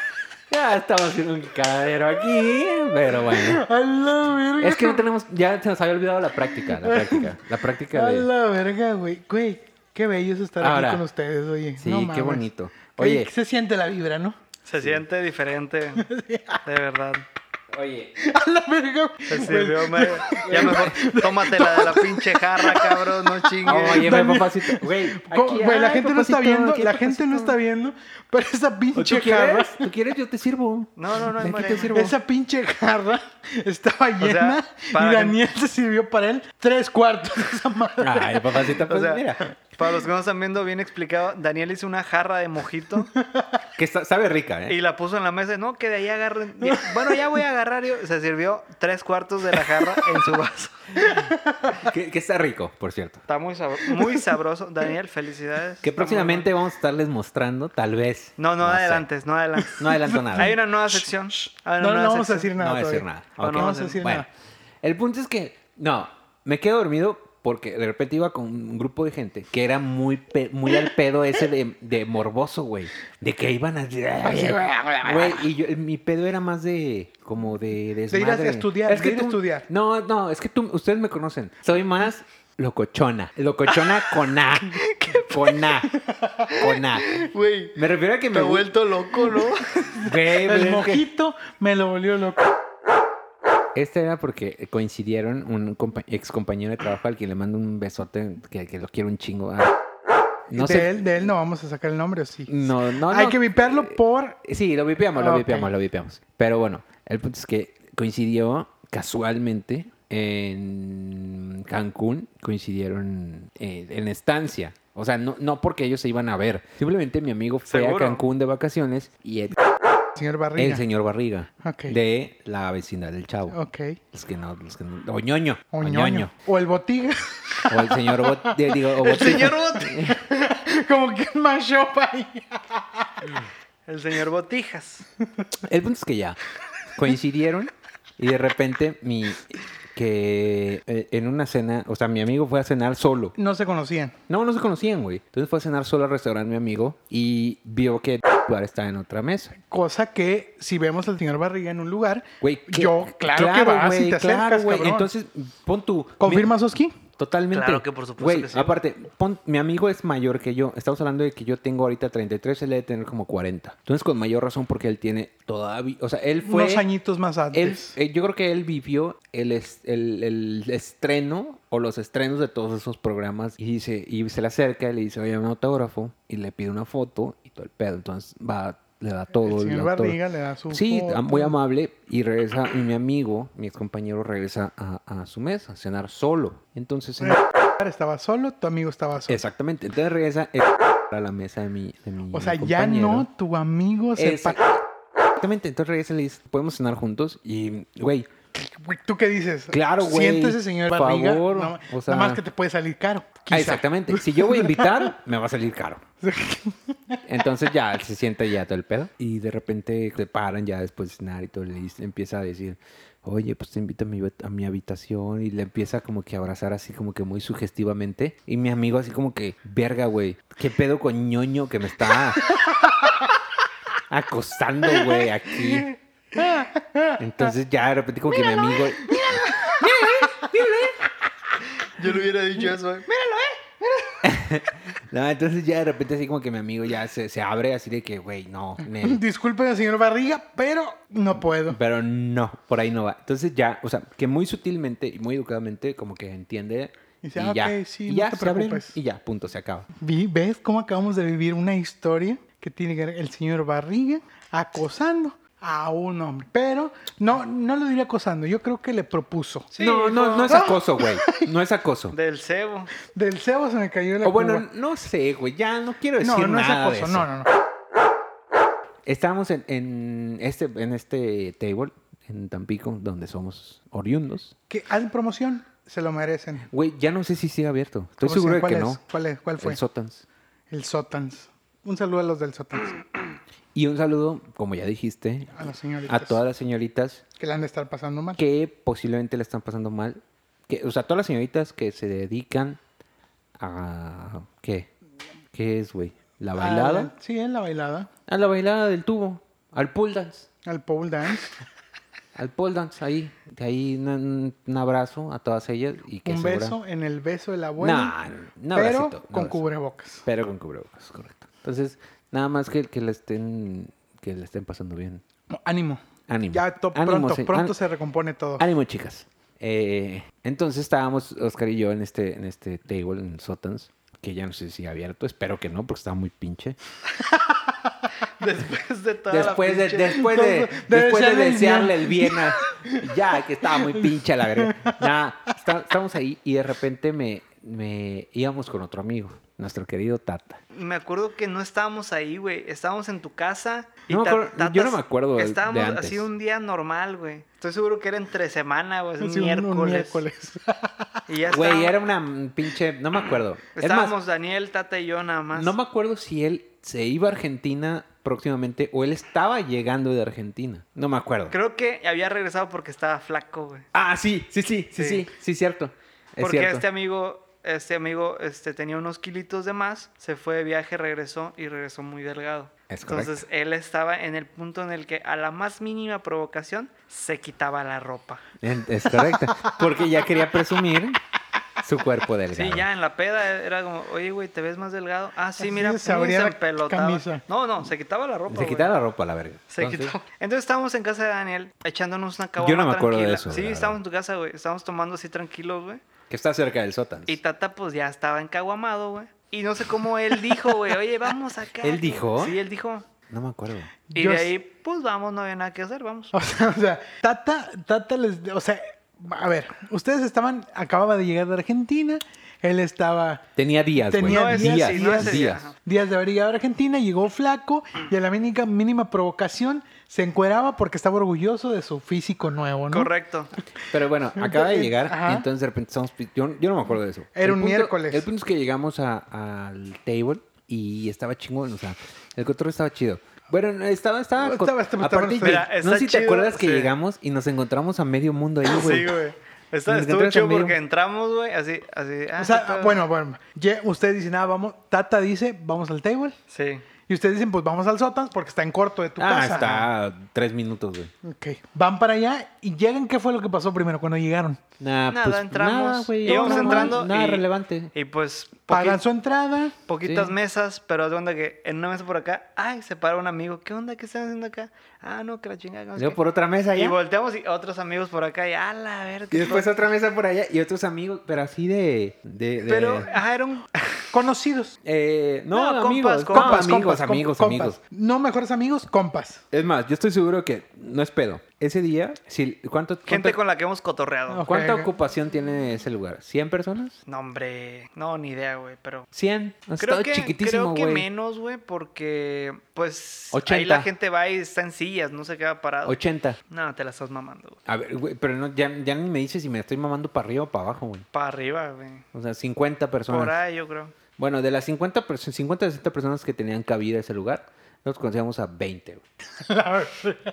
Speaker 6: Ya estaba haciendo un cadero aquí, pero bueno.
Speaker 3: A la verga.
Speaker 6: Es que no tenemos, ya se nos había olvidado la práctica, la práctica, la práctica
Speaker 3: A
Speaker 6: de...
Speaker 3: la verga, güey. Güey, qué bello es estar
Speaker 6: Ahora.
Speaker 3: aquí con ustedes, oye.
Speaker 6: Sí,
Speaker 3: No
Speaker 6: qué
Speaker 3: mames.
Speaker 6: bonito.
Speaker 3: Oye,
Speaker 6: Oye,
Speaker 3: se siente la vibra, ¿no?
Speaker 2: Se siente diferente, de verdad.
Speaker 6: oye,
Speaker 3: A la verga. güey.
Speaker 2: Se sirvió, me- ya mejor tómatela de la pinche jarra, cabrón, no
Speaker 6: oye,
Speaker 2: chingues.
Speaker 6: ve,
Speaker 3: Daniel.
Speaker 6: papacito, güey,
Speaker 3: Co-
Speaker 6: aquí,
Speaker 3: güey, la
Speaker 6: ay,
Speaker 3: gente no está
Speaker 6: papacito,
Speaker 3: viendo,
Speaker 6: aquí,
Speaker 3: la gente no
Speaker 6: papacito.
Speaker 3: está viendo, pero esa
Speaker 6: ¿O
Speaker 3: pinche
Speaker 6: ¿Tú
Speaker 3: jarra,
Speaker 6: quieres? ¿Tú quieres? Yo te sirvo.
Speaker 2: No, no, no,
Speaker 6: Aquí
Speaker 2: Mariana.
Speaker 6: te sirvo.
Speaker 3: esa pinche jarra estaba
Speaker 2: sea,
Speaker 3: llena
Speaker 2: para
Speaker 3: y
Speaker 2: que-
Speaker 3: Daniel se sirvió para él tres cuartos de esa madre.
Speaker 6: Ay, papacito,
Speaker 2: O
Speaker 6: pues
Speaker 2: sea,
Speaker 6: mira.
Speaker 2: para los que no están viendo bien explicado, Daniel hizo una jarra de mojito
Speaker 6: Que está- sabe rica, ¿eh?
Speaker 2: Y la puso en la mesa, no, que de ahí agarren. Ya- Bueno, ya voy a agarrar. yo. Se sirvió tres cuartos de la jarra en su vaso.
Speaker 6: Que, que está rico, por cierto.
Speaker 2: Está muy, sabro- muy sabroso. Daniel, felicidades. Está
Speaker 6: Que
Speaker 2: muy
Speaker 6: próximamente vamos a estarles mostrando, tal vez.
Speaker 2: bueno. No, no,
Speaker 6: sé.
Speaker 2: adelantes, no adelantes.
Speaker 6: No adelanto nada.
Speaker 2: Hay una nueva sección. hay una
Speaker 3: No, no,
Speaker 2: nueva
Speaker 3: vamos a
Speaker 2: sección.
Speaker 3: decir
Speaker 6: No
Speaker 3: nada.
Speaker 6: voy a decir
Speaker 3: todavía.
Speaker 6: nada.
Speaker 2: No, no
Speaker 6: Ok.
Speaker 3: vamos a decir
Speaker 6: Bueno,
Speaker 3: nada.
Speaker 6: el punto es que, no, me quedo dormido porque de repente iba con un grupo de gente que era muy, pe- muy al pedo ese de, de morboso, güey. De que iban a... Güey, y yo- mi pedo era más de... Como de desmadre.
Speaker 3: estudiar,
Speaker 6: Es que
Speaker 3: de ir a
Speaker 6: tú-
Speaker 3: estudiar.
Speaker 6: No, no, es que tú, ustedes me conocen. Soy más locochona. Locochona con A. Con A. Con A.
Speaker 2: Güey,
Speaker 6: Me refiero a que
Speaker 2: te
Speaker 6: me...
Speaker 2: he vuelto loco, ¿no?
Speaker 6: Güey, pues es
Speaker 3: El
Speaker 6: que-
Speaker 3: mojito me lo volvió loco.
Speaker 6: Esta este era porque coincidieron un compa- ex compañero de trabajo al que le mando un besote que, que lo quiero un chingo. Ah, no
Speaker 3: de,
Speaker 6: sé.
Speaker 3: él, de él no vamos a sacar el nombre, ¿o sí?
Speaker 6: No, no,
Speaker 3: Hay
Speaker 6: no. Eh,
Speaker 3: que vipearlo por...
Speaker 6: Sí, lo vipeamos,
Speaker 3: Ah,
Speaker 6: lo
Speaker 3: ok.
Speaker 6: vipeamos, lo vipeamos. Pero bueno, el punto es que coincidió casualmente en Cancún, coincidieron eh, en estancia. O sea, no, no porque ellos se iban a ver. Simplemente mi amigo fue
Speaker 2: Seguro.
Speaker 6: a Cancún de vacaciones y el,
Speaker 3: Señor
Speaker 6: el
Speaker 3: Barriga.
Speaker 6: señor Barriga
Speaker 3: Ok.
Speaker 6: de la vecindad del Chavo.
Speaker 3: Ok.
Speaker 6: Los que no, los que no. O ñoño.
Speaker 3: O
Speaker 6: o
Speaker 3: ñoño.
Speaker 6: ñoño.
Speaker 3: O el botiga.
Speaker 6: O el señor Bot... de- digo, o
Speaker 2: El
Speaker 6: Botín.
Speaker 2: señor Botijas.
Speaker 3: Como que un mashup ahí.
Speaker 2: El señor Botijas.
Speaker 6: El punto es que ya coincidieron y de repente mi... Que eh, en una cena... O sea, mi amigo fue a cenar solo.
Speaker 3: No se conocían.
Speaker 6: No, no se conocían, güey. Entonces fue a cenar solo al restaurante mi amigo y vio que el bar estaba en otra mesa.
Speaker 3: Cosa que si vemos al señor Barriga en un lugar,
Speaker 6: Güey, que-
Speaker 3: yo, claro, que vas y
Speaker 6: güey,
Speaker 3: te
Speaker 6: claro,
Speaker 3: acercas,
Speaker 6: güey.
Speaker 3: cabrón.
Speaker 6: Entonces, pon tu...
Speaker 3: ¿Confirmas, Oski?
Speaker 6: Totalmente.
Speaker 2: Claro que por supuesto
Speaker 6: Güey,
Speaker 2: que sí.
Speaker 6: aparte, pon- mi amigo es mayor que yo. Estamos hablando de que yo tengo ahorita 33, él debe tener como 40. Entonces, con mayor razón, porque él tiene todavía... O sea, él fue...
Speaker 3: Unos añitos más
Speaker 6: él-
Speaker 3: antes.
Speaker 6: eh, yo creo que él vivió el, es- el- el estreno o los estrenos de todos esos programas y, dice, y se le acerca y le dice, oye, un autógrafo y le pide una foto y todo el pedo. Entonces va le da todo.
Speaker 3: El
Speaker 6: le
Speaker 3: señor
Speaker 6: da todo.
Speaker 3: Barriga le da su
Speaker 6: Sí,
Speaker 3: foto.
Speaker 6: muy amable. Y regresa, y mi amigo, mi ex compañero, regresa a, a su mesa a cenar solo. Entonces, en-
Speaker 3: Estaba solo, tu amigo estaba solo.
Speaker 6: exactamente. Entonces regresa el- a la mesa de mi, de mi
Speaker 3: O sea, ya
Speaker 6: compañero.
Speaker 3: no, tu amigo se...
Speaker 6: Exact-
Speaker 3: pa-
Speaker 6: Exactamente. Entonces regresa y le dice, podemos cenar juntos. Y, güey,
Speaker 3: Güey, ¿Tú qué dices?
Speaker 6: Claro, güey,
Speaker 3: Siéntese, señor
Speaker 6: por
Speaker 3: Barriga.
Speaker 6: favor,
Speaker 3: no-
Speaker 6: o sea-
Speaker 3: Nada más que te puede salir caro.
Speaker 6: ah,
Speaker 3: quizá.
Speaker 6: exactamente. Si yo voy a invitar, me va a salir caro. Entonces ya se sienta ya todo el pedo. Y de repente se paran ya después de cenar y todo. Le dice- empieza a decir, oye, pues te invito a mi, bet- a mi habitación. Y le empieza como que a abrazar así como que muy sugestivamente. Y mi amigo así como que, verga, güey. ¿Qué pedo con ñoño que me está acostando, güey, aquí? Entonces ya de repente como que mi amigo...
Speaker 2: Yo le hubiera dicho eso. ¿eh?
Speaker 6: No, entonces ya de repente así como que mi amigo ya se, se abre así de que, güey, no, nel".
Speaker 3: Disculpen, señor Barriga, pero no puedo.
Speaker 6: Pero no, por ahí no va. Entonces ya, o sea, que muy sutilmente y muy educadamente como que entiende.
Speaker 3: Y
Speaker 6: Y,
Speaker 3: dice, "Ah,
Speaker 6: ya,
Speaker 3: ok, sí,
Speaker 6: y
Speaker 3: no
Speaker 6: ya
Speaker 3: te
Speaker 6: se abren
Speaker 3: preocupes".
Speaker 6: y ya, punto, se acaba.
Speaker 3: Vi- ¿Ves cómo acabamos de vivir una historia que tiene que ver el señor Barriga acosando a un hombre? Pero no, no lo diría acosando, yo creo que le propuso.
Speaker 6: no, no, no es
Speaker 3: ¡Ah!
Speaker 6: acoso, güey. No es acoso.
Speaker 2: Del cebo.
Speaker 3: Del cebo se me cayó la
Speaker 6: O bueno,
Speaker 3: cuba.
Speaker 6: no sé, güey, ya no quiero decir
Speaker 3: No, no es
Speaker 6: nada de
Speaker 3: acoso,
Speaker 6: eso.
Speaker 3: no, no, no.
Speaker 6: Estábamos en, en este, en este table, en Tampico, donde somos oriundos.
Speaker 3: Que haz promoción, se lo merecen.
Speaker 6: Güey, ya no sé si sigue abierto. Estoy
Speaker 3: ¿Cómo
Speaker 6: seguro
Speaker 3: se-
Speaker 6: de
Speaker 3: cuál
Speaker 6: que
Speaker 3: es?
Speaker 6: no.
Speaker 3: ¿Cuál, es? ¿Cuál fue?
Speaker 6: El Sotans.
Speaker 3: El Sotans. Un saludo a los del Sotans,
Speaker 6: Y un saludo, como ya dijiste,
Speaker 3: a las señoritas.
Speaker 6: a todas las señoritas
Speaker 3: Que la han de estar pasando mal.
Speaker 6: que posiblemente la están pasando mal. Que, o sea, todas las señoritas que se dedican a... ¿Qué? ¿Qué es, güey? ¿La bailada?
Speaker 3: Ah, sí, es la bailada.
Speaker 6: A la bailada del tubo. Al pull dance.
Speaker 3: Al pole dance.
Speaker 6: Al pole dance, ahí. De ahí un, un abrazo a todas ellas. Y que
Speaker 3: un
Speaker 6: segura-
Speaker 3: beso en el beso de la
Speaker 6: Nah,
Speaker 3: abuela.
Speaker 6: un
Speaker 3: pero
Speaker 6: abracito, un
Speaker 3: con
Speaker 6: abrazo.
Speaker 3: cubrebocas.
Speaker 6: Pero con cubrebocas, correcto. Entonces, nada más que, que la estén... Que la estén pasando bien.
Speaker 3: No, ánimo.
Speaker 6: Ánimo.
Speaker 3: Ya to-
Speaker 6: Ánimo,
Speaker 3: pronto,
Speaker 6: se-
Speaker 3: pronto
Speaker 6: ánimo.
Speaker 3: se recompone todo.
Speaker 6: Ánimo, chicas. Eh, entonces estábamos Oscar y yo en este, en este table en Sotans, que ya no sé si abierto, espero que no, porque estaba muy pinche.
Speaker 2: Después pues, de toda
Speaker 6: Después
Speaker 2: la
Speaker 6: de,
Speaker 2: pinche-
Speaker 6: después de,
Speaker 3: Entonces, debe
Speaker 6: después de
Speaker 3: ser el
Speaker 6: desearle el bien a- ya que estaba muy pinche a la verga. Nada, está- estamos ahí y de repente me, me íbamos con otro amigo, nuestro querido Tata.
Speaker 2: Me acuerdo que no estábamos ahí, güey. Estábamos en tu casa.
Speaker 6: No me
Speaker 2: ta-
Speaker 6: acuerdo-
Speaker 2: tatas-
Speaker 6: yo no me acuerdo de- de
Speaker 2: Estábamos
Speaker 6: antes.
Speaker 2: así un día normal, güey. Estoy seguro que era entre semana, güey. es Un,
Speaker 3: Sí, un- un
Speaker 2: miércoles.
Speaker 3: miércoles.
Speaker 2: Y ya
Speaker 6: Güey,
Speaker 2: estábamos,
Speaker 6: era una pinche, no me acuerdo. Es más,
Speaker 2: estábamos Daniel, Tata y yo nada más.
Speaker 6: No me acuerdo si él se iba a Argentina próximamente o él estaba llegando de Argentina. No me acuerdo.
Speaker 2: Creo que había regresado porque estaba flaco, güey.
Speaker 6: Ah, sí, sí, sí, sí,
Speaker 2: Sí.
Speaker 6: sí, sí, cierto. Es
Speaker 2: Porque
Speaker 6: cierto.
Speaker 2: este amigo, este amigo este, tenía unos kilitos de más, se fue de viaje, regresó y regresó muy delgado.
Speaker 6: Es
Speaker 2: Entonces él estaba en el punto en el que a la más mínima provocación se quitaba la ropa.
Speaker 6: En- Es correcto. Porque ya quería presumir su cuerpo delgado.
Speaker 2: Sí, ya en la peda eh, era como, oye, güey, ¿te ves más delgado? Ah, sí,
Speaker 3: Así
Speaker 2: mira,
Speaker 3: se
Speaker 2: pum, se,
Speaker 3: abría la
Speaker 2: empelotaba.
Speaker 3: camisa.
Speaker 2: No, no, se quitaba la ropa.
Speaker 6: Se
Speaker 2: güey.
Speaker 6: quitaba la ropa, la verga.
Speaker 2: Se
Speaker 6: Entonces,
Speaker 2: quitó. Entonces estábamos en casa de Daniel echándonos una caguama
Speaker 6: Yo no me acuerdo de
Speaker 2: tranquila.
Speaker 6: eso, la
Speaker 2: Sí,
Speaker 6: verdad.
Speaker 2: estábamos en tu casa, güey. Estábamos tomando así tranquilos, güey.
Speaker 6: Que está cerca del sótano.
Speaker 2: Y Tata, pues ya estaba encaguamado, güey. Y no sé cómo él dijo, güey, oye, vamos acá.
Speaker 6: ¿Él dijo?
Speaker 2: Sí, él dijo.
Speaker 6: No me acuerdo.
Speaker 2: Y
Speaker 3: Yo
Speaker 2: de
Speaker 3: s-
Speaker 2: ahí, pues vamos, no había nada que hacer, vamos.
Speaker 3: O sea, o sea, Tata, Tata les. O sea, a ver, ustedes estaban. Acababa de llegar de Argentina. Él estaba.
Speaker 6: Tenía días, güey.
Speaker 3: Tenía
Speaker 2: No, ese
Speaker 6: días,
Speaker 2: sí,
Speaker 6: días,
Speaker 2: no, ese sí, ajá.
Speaker 3: Días de haber llegado a Argentina, llegó flaco y a la mínima, mínima provocación se encueraba porque estaba orgulloso de su físico nuevo, ¿no?
Speaker 2: Correcto.
Speaker 6: Pero bueno, acaba
Speaker 2: Eh,
Speaker 6: de llegar,
Speaker 3: Ajá.
Speaker 6: entonces de repente estamos... pi- Yo, yo no me acuerdo de eso.
Speaker 3: Era
Speaker 6: El
Speaker 3: un miércoles.
Speaker 6: El punto es que llegamos a- al table y estaba chingón, o sea, el control estaba chido. Bueno, no, estaba... estaba,
Speaker 3: No,
Speaker 6: co-
Speaker 3: estaba- estaba-
Speaker 6: aparte,
Speaker 3: estaba-
Speaker 6: yo-
Speaker 2: Mira,
Speaker 6: no
Speaker 2: está
Speaker 6: sé si te
Speaker 2: chido,
Speaker 6: acuerdas que
Speaker 2: sí.
Speaker 6: llegamos y nos encontramos a medio mundo ahí, güey.
Speaker 2: Sí, güey. Está, estuvo
Speaker 6: Nos encontramos
Speaker 2: chido
Speaker 6: conmigo.
Speaker 2: porque entramos, güey, así, así. ah,
Speaker 3: O sea,
Speaker 2: ¿qué pedo?
Speaker 3: bueno, bueno, ya ustedes dicen, ah, vamos, Tata dice, vamos al table.
Speaker 2: Sí.
Speaker 3: Y ustedes dicen, pues vamos al sótano porque está en corto de tu
Speaker 6: ah,
Speaker 3: casa.
Speaker 6: está a tres minutos, güey.
Speaker 3: Ok. Van para allá y llegan, ¿qué fue lo que pasó primero cuando llegaron?
Speaker 6: Nah,
Speaker 2: Ah, Nada,
Speaker 6: pues,
Speaker 2: entramos.
Speaker 6: Nada, güey.
Speaker 2: íbamos
Speaker 6: no, no,
Speaker 2: entrando.
Speaker 6: Nada
Speaker 2: y-
Speaker 6: relevante.
Speaker 2: Y pues
Speaker 3: Pagan su entrada.
Speaker 2: Poquitas
Speaker 6: Sí.
Speaker 2: mesas, pero haz de cuenta que en una mesa por acá, ay, se para un amigo. ¿Qué onda? ¿Qué están haciendo acá? Ah, no, que la chingada. que no sé
Speaker 6: Luego
Speaker 2: qué".
Speaker 6: por otra mesa
Speaker 2: Y
Speaker 6: ya.
Speaker 2: volteamos y otros amigos por acá y a la verga.
Speaker 6: Y después otra mesa por allá y otros amigos, pero así de... de, de-
Speaker 2: Pero, ajá, era un-
Speaker 3: Conocidos.
Speaker 6: Eh, no,
Speaker 2: No,
Speaker 6: amigos,
Speaker 2: compas,
Speaker 6: compas,
Speaker 2: compas,
Speaker 6: amigos,
Speaker 3: comp-
Speaker 6: amigos,
Speaker 3: compas.
Speaker 6: amigos.
Speaker 3: No mejores amigos, compas.
Speaker 6: Es más, yo estoy seguro que no es pedo. Ese día, si, ¿cuánto,
Speaker 2: gente
Speaker 6: cuánto-
Speaker 2: con la que hemos cotorreado.
Speaker 3: No.
Speaker 6: ¿cuánta
Speaker 3: Ok.
Speaker 6: ocupación tiene ese lugar? ¿100 personas?
Speaker 2: No, hombre, no, ni idea, güey, pero...
Speaker 6: 100.
Speaker 2: Creo
Speaker 6: Está
Speaker 2: que, creo
Speaker 6: chiquitísimo,
Speaker 2: que
Speaker 6: güey.
Speaker 2: menos, güey, porque pues ahí
Speaker 6: 80.
Speaker 2: la gente va y está en sillas, no se queda parado.
Speaker 6: 80.
Speaker 2: No, te la estás mamando, güey.
Speaker 6: A ver, güey, pero no, ya, ya ni me dices si me estoy mamando para arriba o para abajo, güey.
Speaker 2: Para arriba, güey.
Speaker 6: O sea, 50 personas.
Speaker 2: Por ahí, yo creo.
Speaker 6: Bueno, de las 50, perso- 50 60 personas que tenían cabida ese lugar, nos conocíamos a 20, güey.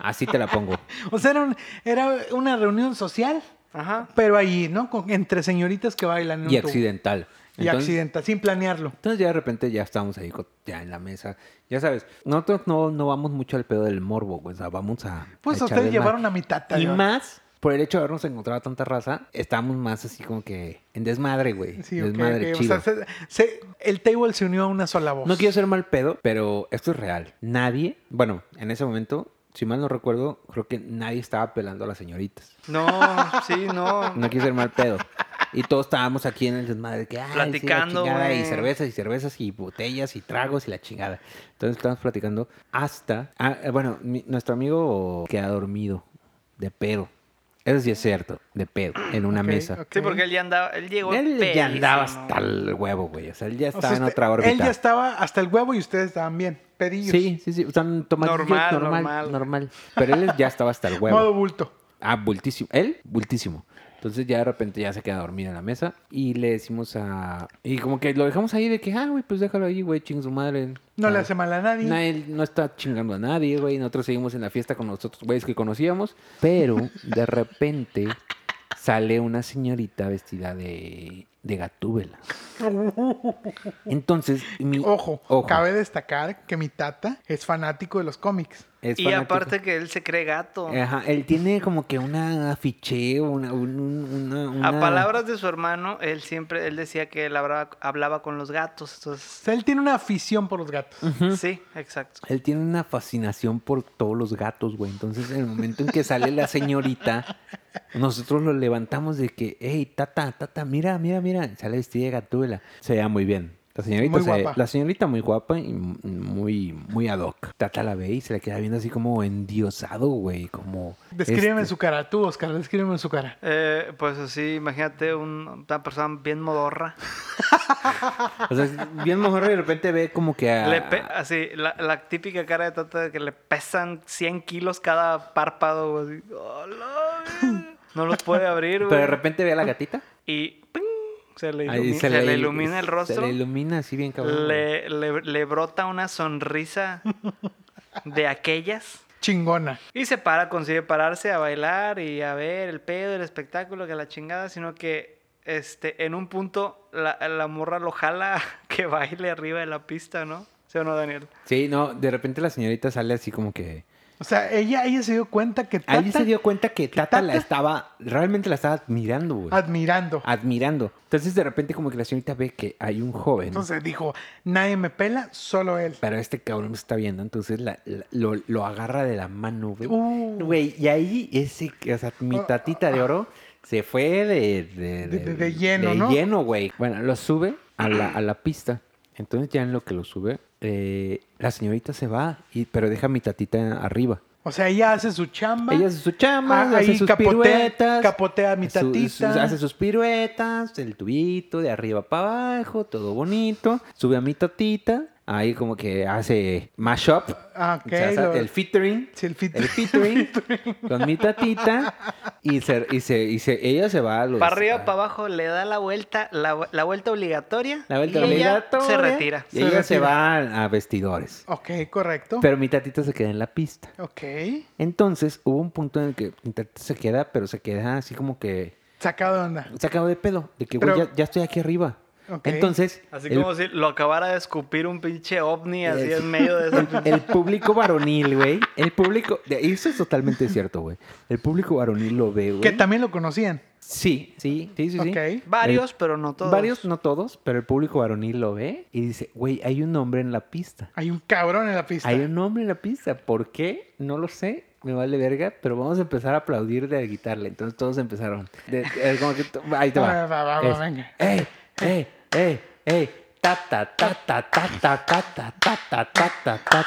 Speaker 6: Así te la pongo.
Speaker 3: O sea, era, un- era una reunión social,
Speaker 2: Ajá.
Speaker 3: pero ahí, ¿no? Con- entre señoritas que bailan. en un
Speaker 6: Y
Speaker 3: tubo.
Speaker 6: accidental.
Speaker 3: Y accidenta, sin planearlo.
Speaker 6: Entonces ya de repente ya estamos ahí co- ya en la mesa. Ya sabes, nosotros no, no vamos mucho al pedo del morbo, güey. O sea, vamos a.
Speaker 3: Pues
Speaker 6: a
Speaker 3: ustedes
Speaker 6: echarle la-
Speaker 3: llevaron la mitad.
Speaker 6: Y
Speaker 3: ¿no?
Speaker 6: más, por el hecho de habernos encontrado tanta raza, estábamos más así como que en desmadre, güey.
Speaker 3: Sí, ok,
Speaker 6: desmadre
Speaker 3: ok. O sea,
Speaker 6: chido.
Speaker 3: se- se- el table se unió a una sola voz.
Speaker 6: No quiero ser mal pedo, pero esto es real. Nadie, bueno, en ese momento, si mal no recuerdo, creo que nadie estaba apelando a las señoritas.
Speaker 2: No, sí, no.
Speaker 6: No quiero ser mal pedo. Y todos estábamos aquí en el desmadre que, ay, sí, la
Speaker 2: Platicando,
Speaker 6: chingada, y
Speaker 2: güey.
Speaker 6: cervezas y cervezas y botellas y tragos y la chingada. Entonces estábamos platicando hasta, ah, eh, bueno, mi- nuestro amigo queda dormido de pedo. Eso sí es cierto, de pedo, en una
Speaker 3: Ok,
Speaker 6: mesa.
Speaker 3: ok.
Speaker 2: Sí, porque él ya andaba, él llegó
Speaker 6: Él ya andaba
Speaker 2: pedísimo,
Speaker 6: hasta el huevo, güey. O sea, él ya
Speaker 3: O
Speaker 6: estaba
Speaker 3: sea,
Speaker 6: en
Speaker 3: usted-
Speaker 6: otra órbita.
Speaker 3: Él ya estaba hasta el huevo y ustedes estaban bien. Pedillos.
Speaker 6: Sí, sí, sí. Están tomando
Speaker 2: Normal,
Speaker 6: normal, normal, normal,
Speaker 2: normal.
Speaker 6: Pero él ya estaba hasta el
Speaker 3: Modo
Speaker 6: huevo.
Speaker 3: bulto.
Speaker 6: Ah, bultísimo. Él, bultísimo. Entonces ya de repente ya se queda dormido en la mesa y le decimos a... Y como que lo dejamos ahí de que, ah, güey, pues déjalo ahí, güey, ching su madre.
Speaker 3: No le
Speaker 6: Ah,
Speaker 3: hace mal a nadie.
Speaker 6: Nadie, no está chingando a nadie, güey. Nosotros seguimos en la fiesta con los otros güeyes que conocíamos. Pero de repente sale una señorita vestida de, de gatúbela. Entonces, mi...
Speaker 3: Ojo, cabe destacar que mi tata es fanático de los cómics.
Speaker 6: es
Speaker 2: Y
Speaker 6: fanático. Eh,
Speaker 2: aparte que él se cree gato.
Speaker 6: Ajá, él tiene como que una aficheo, una, un- un- una,
Speaker 2: A
Speaker 6: una-
Speaker 2: palabras de su hermano, él siempre, él decía que él hablaba, hablaba con los gatos.
Speaker 3: O
Speaker 2: Entonces,
Speaker 3: sea, él tiene una afición por los gatos.
Speaker 2: sí, exacto.
Speaker 6: Él tiene una fascinación por todos los gatos, güey. Entonces, en el momento en que sale la señorita, nosotros lo levantamos de que, hey, tata, tata, mira, mira, mira. Sale vestida de gatúbela. Se veía muy bien. La señorita,
Speaker 3: Muy
Speaker 6: se-
Speaker 3: guapa.
Speaker 6: la señorita muy guapa y m- muy, muy ad hoc. Tata la ve y se la queda viendo así como endiosado, güey. Como.
Speaker 3: Descríbeme
Speaker 6: este,
Speaker 3: su cara, tú, Oscar, descríbeme su cara.
Speaker 2: Eh, pues así, imagínate un- una persona bien modorra.
Speaker 6: O sea, bien mejor de repente ve como que a.
Speaker 2: Le pe- así, la, la típica cara de tata de que le pesan 100 kilos cada párpado. güey, así. ¡Hola, güey! no los puede abrir,
Speaker 6: Pero de
Speaker 2: güey.
Speaker 6: repente ve a la gatita.
Speaker 2: Y ¡ping! se le
Speaker 6: Ahí
Speaker 2: ilumina, se le ilumina el
Speaker 6: Se
Speaker 2: rostro.
Speaker 6: le ilumina así bien cabrón.
Speaker 2: le, le- le brota una sonrisa de aquellas.
Speaker 3: Chingona.
Speaker 2: Y se para, consigue pararse a bailar y a ver el pedo, el espectáculo, que la chingada, sino que este, en un punto la, la morra lo jala que baile arriba de la pista, ¿no? ¿Sí o no, Daniel?
Speaker 6: Sí, no, de repente la señorita sale así como que...
Speaker 3: O sea, ella, ella se dio cuenta que tata
Speaker 6: Ahí se dio cuenta que Tata, la
Speaker 3: Tata?
Speaker 6: estaba... Realmente la estaba admirando, güey.
Speaker 3: admirando.
Speaker 6: Ah, admirando. Entonces, de repente, como que la señorita ve que hay un joven...
Speaker 3: Entonces dijo, nadie me pela, solo él.
Speaker 6: pero este cabrón me está viendo, entonces la- la- lo, lo agarra de la mano, güey.
Speaker 3: Uh. Ah,
Speaker 6: Güey, y ahí ese, o sea, mi tatita de oro se fue de... De,
Speaker 3: De- de- de lleno, ¿no?
Speaker 6: lleno, güey. Bueno, lo sube a la, a la pista. Entonces ya en lo que lo sube, eh, la señorita se va, y, pero deja a mi tatita arriba.
Speaker 3: O sea, ella hace su chamba.
Speaker 6: Ella hace su chamba,
Speaker 3: Ah,
Speaker 6: hace
Speaker 3: ahí
Speaker 6: sus
Speaker 3: capotea-
Speaker 6: piruetas.
Speaker 3: capotea a mi
Speaker 6: su-
Speaker 3: tatita.
Speaker 6: sus- hace sus piruetas, el tubito de arriba para abajo, todo bonito. Sube a mi tatita. Ahí como que hace mashup.
Speaker 3: Ah, ok,
Speaker 6: O sea, hace
Speaker 3: lo-
Speaker 6: el featuring.
Speaker 3: Sí, el fit-
Speaker 6: El featuring con mi tatita. Y, se, y, se, y se- ella se va a los...
Speaker 2: Para arriba,
Speaker 6: a-
Speaker 2: para abajo, le da la vuelta, la, vu- la vuelta obligatoria.
Speaker 6: La vuelta
Speaker 2: y ella
Speaker 6: obligatoria,
Speaker 2: se retira.
Speaker 6: Y
Speaker 3: Se
Speaker 6: ella se
Speaker 3: retira.
Speaker 6: va a, a vestidores.
Speaker 3: Ok, correcto.
Speaker 6: Pero mi tatita se queda en la pista.
Speaker 3: Ok.
Speaker 6: Entonces hubo un punto en el que mi tatita se queda, pero se queda así como que...
Speaker 3: Sacado de onda.
Speaker 6: sacado de pedo, de que güey,
Speaker 3: Pero-
Speaker 6: ya, ya estoy aquí arriba.
Speaker 3: Ok.
Speaker 6: Entonces,
Speaker 2: Así
Speaker 6: el-
Speaker 2: como si lo acabara de escupir un pinche ovni así en medio de esa pinche-
Speaker 6: el público varonil, güey. El público. de- Eso es totalmente cierto, güey. El público varonil lo ve, güey.
Speaker 3: Que también lo conocían.
Speaker 6: Sí, sí, sí, sí. sí.
Speaker 3: Ok.
Speaker 2: Varios, pero no todos.
Speaker 6: Varios, no todos, pero el público varonil lo ve y dice, güey, hay un hombre en la pista.
Speaker 3: Hay un cabrón en la pista.
Speaker 6: Hay un hombre en la pista. ¿Por qué? No lo sé. Me vale verga, pero vamos a empezar a aplaudir de guitarra. Entonces todos empezaron. De- es como que to- ahí te va. Este,
Speaker 3: Va, Ah, va, va, va,
Speaker 6: Es,
Speaker 3: venga.
Speaker 6: ¡Ey! ¡Ey! ¡Ey! ¡Ey! ¡Ta, ta, ta, ta, ta, ta, ta, ta, ta, ta, ta, ta, ta!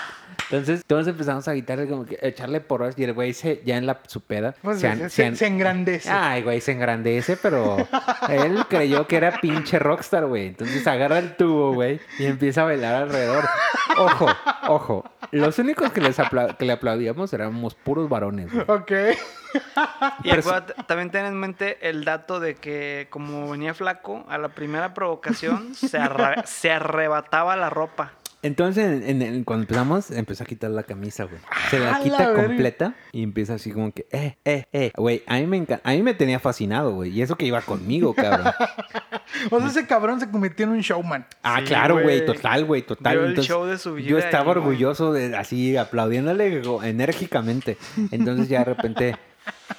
Speaker 6: Entonces todos empezamos a guitarra como que a echarle porras y el güey se, ya en la supeda
Speaker 3: Pues,
Speaker 6: an-
Speaker 3: se-
Speaker 6: an- Ah.
Speaker 3: se engrandece.
Speaker 6: Ay, güey, se engrandece, pero él creyó que era pinche rockstar, güey. Entonces agarra el tubo, güey, y empieza a bailar alrededor. Ojo, ojo. Los únicos que, les apla- que le aplaudíamos éramos puros varones, güey.
Speaker 3: Ok.
Speaker 2: Y
Speaker 6: Pero-
Speaker 2: acuérdate, también ten en mente el dato de que como venía flaco, a la primera provocación se, arra- se arrebataba la ropa.
Speaker 6: Entonces, en- en- en- cuando empezamos, empezó a quitar la camisa, güey.
Speaker 2: Ah,
Speaker 6: Se la
Speaker 3: ¡A
Speaker 6: quita
Speaker 3: la verga!
Speaker 6: completa y empieza así como que, eh, eh, eh. Güey, a mí me encanta, a mí me tenía fascinado, güey. Y eso que iba conmigo, cabrón.
Speaker 3: O sea, ese cabrón se convirtió en un showman.
Speaker 6: Ah,
Speaker 2: Sí,
Speaker 6: claro,
Speaker 2: güey.
Speaker 6: güey, total, güey, total.
Speaker 2: Vio el
Speaker 6: Entonces,
Speaker 2: show de su vida
Speaker 6: Yo estaba
Speaker 2: ahí, güey.
Speaker 6: orgulloso de así aplaudiéndole go- enérgicamente. Entonces ya de repente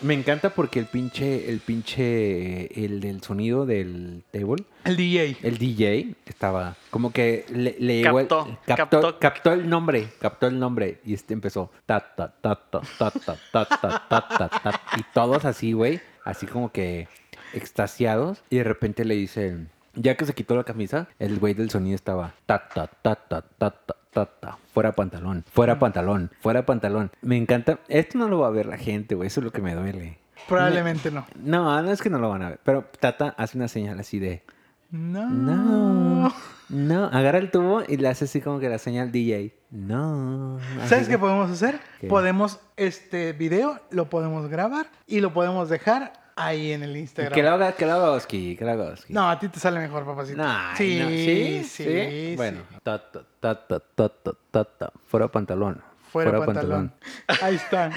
Speaker 6: me encanta porque el pinche el pinche el del sonido del table,
Speaker 3: El DJ.
Speaker 6: el DJ estaba como que le, le llegó el-
Speaker 2: Captó,
Speaker 6: captó,
Speaker 2: captó.
Speaker 6: captó el nombre, captó el nombre y este empezó ta ta ta ta ta ta ta ta ta ta, ta, y todos así, güey, así como que extasiados y de repente le dicen, ya que se quitó la camisa, el güey del sonido estaba ta ta ta ta ta ta ta, ta, fuera pantalón,
Speaker 2: Mm.
Speaker 6: fuera pantalón, fuera pantalón. Me encanta, esto no lo va a ver la gente, güey, eso es lo que me duele.
Speaker 3: Probablemente no.
Speaker 6: No, no es que no lo van a ver, pero Tata hace una señal así de
Speaker 3: No.
Speaker 6: no. No, agarra el tubo y le hace así como que la señal DJ. No. Así
Speaker 3: ¿Sabes qué
Speaker 6: que-
Speaker 3: podemos hacer?
Speaker 6: Ah, ¿Qué?
Speaker 3: Podemos, este video lo podemos grabar y lo podemos dejar ahí en el Instagram.
Speaker 6: Que lo haga, que lo haga Oski, que lo haga Oski.
Speaker 3: No, a ti te sale mejor, papacito.
Speaker 6: Nah,
Speaker 3: sí,
Speaker 6: no,
Speaker 3: sí, sí,
Speaker 6: Bueno, ta, ta, ta, ta, ta, ta, ta, ta. fuera pantalón.
Speaker 3: Fuera, pantalón. Ahí está.